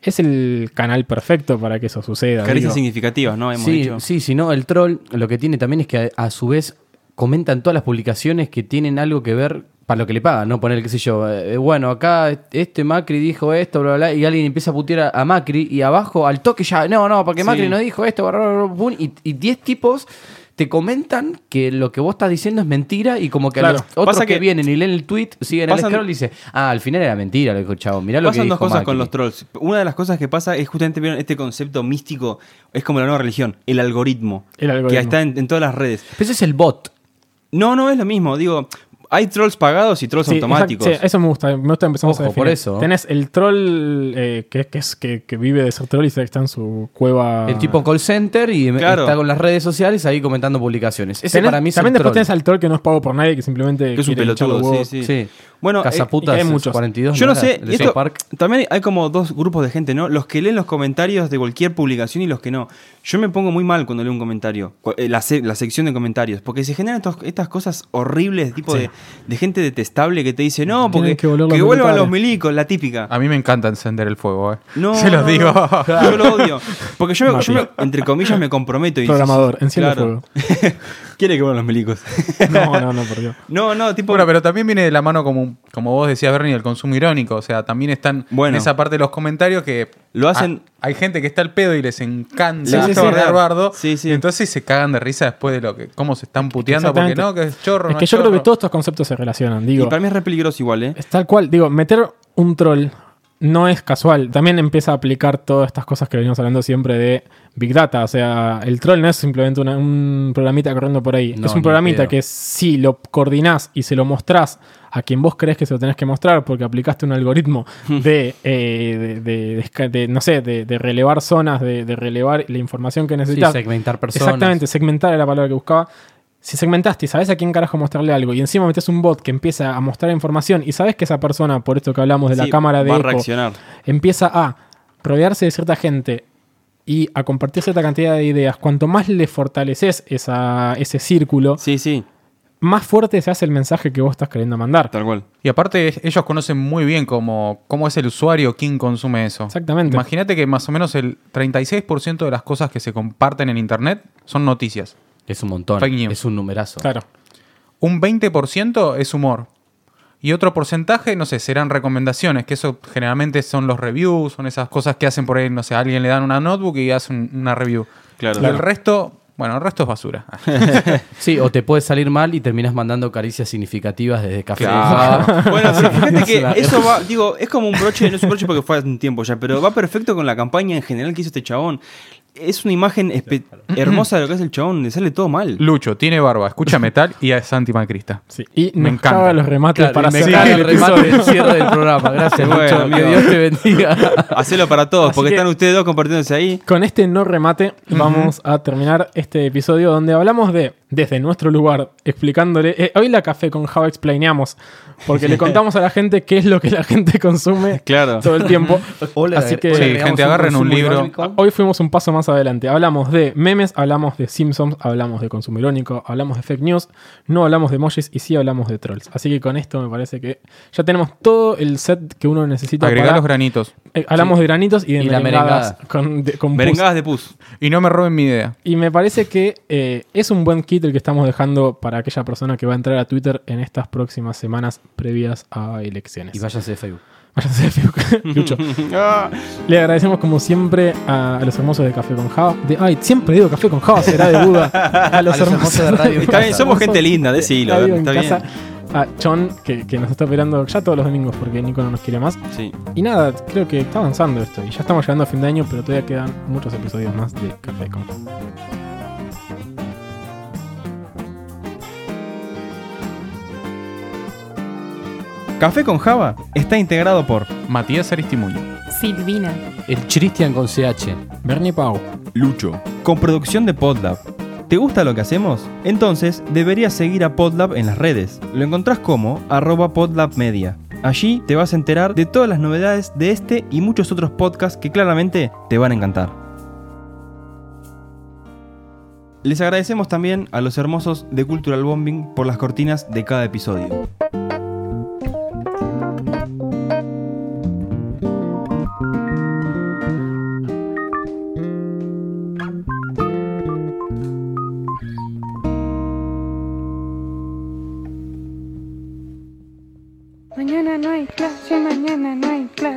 E: es el canal perfecto para que eso suceda.
D: Caricias
E: digo.
D: significativas, ¿no? Hemos
C: sí,
D: dicho.
C: sí, si no, el troll lo que tiene también es que a, a su vez comentan todas las publicaciones que tienen algo que ver para lo que le pagan, ¿no? Poner, qué sé yo, eh, bueno, acá este Macri dijo esto, bla, bla, bla, y alguien empieza a putear a, a Macri y abajo al toque ya, no, no, porque
D: Sí.
C: Macri no dijo esto, bla, bla, bla, pum, y y 10 tipos te comentan que lo que vos estás diciendo es mentira y como que a
E: Claro.
C: los otros
D: Pasa
C: que,
D: que-
C: vienen y leen el tweet, siguen
D: Pasan-
C: el scroll y dicen, ah, al final era mentira lo que dijo el Chavo, mirá lo que
D: pasan
C: dijo
D: dos cosas con
C: Macri".
D: los trolls. Una de las cosas que pasa es justamente ¿vieron? este concepto místico, es como la nueva religión, el algoritmo.
E: El algoritmo.
D: Que está en, en todas las redes.
C: Pero ese es el bot.
D: No, no es lo mismo. Digo, hay trolls pagados y trolls
E: Sí,
D: automáticos.
E: exacto, sí, eso me gusta. Me gusta empezar
C: Ojo, por eso.
E: Tenés el troll eh, que, que es, que, que vive de ser troll y se- está en su cueva.
C: El tipo call center y
D: Claro.
C: está con las redes sociales ahí comentando publicaciones. Ese
E: Tenés-
C: para mí es
E: También
C: el
E: después
C: troll.
E: tenés al troll que no es pago por nadie, que simplemente.
D: que es un
E: quiere hinchar los
D: pelotudo,
E: huevos.
D: sí, sí.
C: Sí.
D: Bueno, eh,
E: y
C: Cazaputas
E: que hay muchos.
C: 42.
D: Yo no
C: era?
D: sé,
C: El
D: y
C: de
D: esto-
C: South Park.
D: también hay como dos grupos de gente, ¿no? Los que leen los comentarios de cualquier publicación y los que no. Yo me pongo muy mal cuando leo un comentario, cu- eh, la, se- la sección de comentarios, porque se generan estos- estas cosas horribles, tipo de, de gente detestable que te dice, no, porque
E: Tienen
D: que,
E: que volver los
D: vuelvan
E: militares".
D: los milicos, la típica.
G: A mí me encanta encender el fuego, eh.
D: No,
G: Se los
D: no,
G: digo.
D: no. Yo lo odio. Porque yo, me, yo me-
E: Mati.
D: entre comillas, me comprometo. Y
E: Programador, enciende el
D: fuego. Quiere que vuelvan los milicos.
E: No, no, no, por Dios.
D: no, no, tipo.
G: Bueno, pero también viene de la mano, como, como vos decías, Bernie, el consumo irónico. O sea, también están
D: Bueno.
G: en esa parte de los comentarios que.
D: Lo hacen-
G: Ah, hay gente que está al pedo y les encanta
D: Sí, sí, sí.
G: bardear bardo.
D: Sí, sí.
G: Y entonces se cagan de risa después de lo que. cómo se están puteando porque
E: Exactamente.
G: no, que es chorro.
E: Es
G: no
E: que yo creo que
G: chorro.
E: todos estos conceptos se relacionan.
D: y
E: Digo,
D: para mí es re peligroso igual, ¿eh?
E: es tal cual. Digo, meter un troll no es casual. También empieza a aplicar todas estas cosas que venimos hablando siempre de Big Data. O sea, el troll no es simplemente una- un programita corriendo por ahí.
C: No,
E: es un
C: ni
E: programita
C: pedo.
E: que si lo coordinás y se lo mostrás a quien vos crees que se lo tenés que mostrar porque aplicaste un algoritmo de, eh, de- de- de esca- de, no sé, de, de relevar zonas, de, de relevar la información que
C: Sí,
E: necesitas.
C: segmentar personas.
E: Exactamente, segmentar era la palabra que buscaba. Si segmentaste y sabes a quién carajo mostrarle algo, y encima metes un bot que empieza a mostrar información, y sabes que esa persona, por esto que hablamos de la
D: Sí,
E: cámara de
D: Va a
E: eco,
D: reaccionar.
E: empieza a rodearse de cierta gente y a compartir cierta cantidad de ideas, cuanto más le fortaleces esa, ese círculo,
D: Sí, sí,
E: más fuerte se hace el mensaje que vos estás queriendo mandar.
D: tal cual.
G: Y aparte, es- ellos conocen muy bien cómo, cómo es el usuario, quién consume eso.
E: Exactamente.
G: Imagínate que más o menos el 36% de las cosas que se comparten en Internet son noticias.
C: Es un montón.
G: Fake news.
C: Es un numerazo.
E: Claro.
G: Un 20% es humor. Y otro porcentaje, no sé, serán recomendaciones, que eso generalmente son los reviews, son esas cosas que hacen por ahí, no sé, a alguien le dan una notebook y hace un- una review.
D: Claro.
G: Y el resto, bueno, el resto es basura.
C: Sí, o te puede salir mal y terminas mandando caricias significativas desde café.
G: Claro.
C: Ah,
D: Bueno, pero fíjate
C: Claro.
D: que eso va, digo, es como un broche, no es un broche porque fue hace un tiempo ya, pero va perfecto con la campaña en general que hizo este chabón. es una imagen espe- hermosa de lo que es el chabón, le sale todo mal.
G: Lucho, tiene barba, escucha metal y es antimacrista.
E: Sí, Y
G: Me
E: nos
G: encanta.
E: caga los remates
C: Claro,
E: para
C: y me
E: cerrar
C: cago
E: el
C: el remate
E: episodio.
C: del cierre del programa. Gracias,
D: Bueno,
C: Lucho. Que
D: amigo.
C: Dios te bendiga.
D: Hacelo para todos,
E: Así
D: porque
E: que-
D: están ustedes dos compartiéndose ahí.
E: Con este no remate vamos a terminar este episodio donde hablamos de, desde nuestro lugar, explicándole, eh, hoy la café con Java explaineamos, porque le contamos a la gente qué es lo que la gente consume
D: Claro.
E: todo el tiempo. Así que- Sí,
G: gente, agarren un libro.
E: Hoy fuimos un paso más adelante. Hablamos de memes, hablamos de Simpsons, hablamos de consumo irónico, hablamos de fake news, no hablamos de emojis y sí hablamos de trolls. Así que con esto me parece que ya tenemos todo el set que uno necesita.
G: Agregá
E: para-
G: los granitos.
E: eh, hablamos de granitos y de
C: Y la
E: merengadas con, de- con pus.
D: Merengadas de pus.
G: Y no me roben mi idea.
E: Y me parece que eh, es un buen kit el que estamos dejando para aquella persona que va a entrar a Twitter en estas próximas semanas previas a elecciones.
C: Y váyanse de Facebook.
E: Váyanse de Facebook. Lucho.
D: Ah.
E: Le agradecemos como siempre a, a los hermosos de Café con Java. De, ay, siempre digo Café con Java, será de duda. A los,
C: A los hermosos de Radio en
D: Está bien, somos gente linda,
E: decilo
D: decilo. Está bien.
E: A John, que, que nos está operando ya todos los domingos porque Nico no nos quiere más.
D: Sí.
E: Y nada, creo que está avanzando esto. Y ya estamos llegando a fin de año, pero todavía quedan muchos episodios más de Café con Java.
D: Café con Java está integrado por
G: Matías Aristimuño.
H: Silvina.
C: El Christian con CH.
E: Bernie Pau.
D: Lucho, con producción de Podlab. ¿Te gusta lo que hacemos? Entonces deberías seguir a Podlab en las redes. Lo encontrás como arroba podlabmedia. Allí te vas a enterar de todas las novedades de este y muchos otros podcasts que claramente te van a encantar. Les agradecemos también a los hermosos de Cultural Bombing por las cortinas de cada episodio.
I: Mañana no hay clase, mañana no hay clase.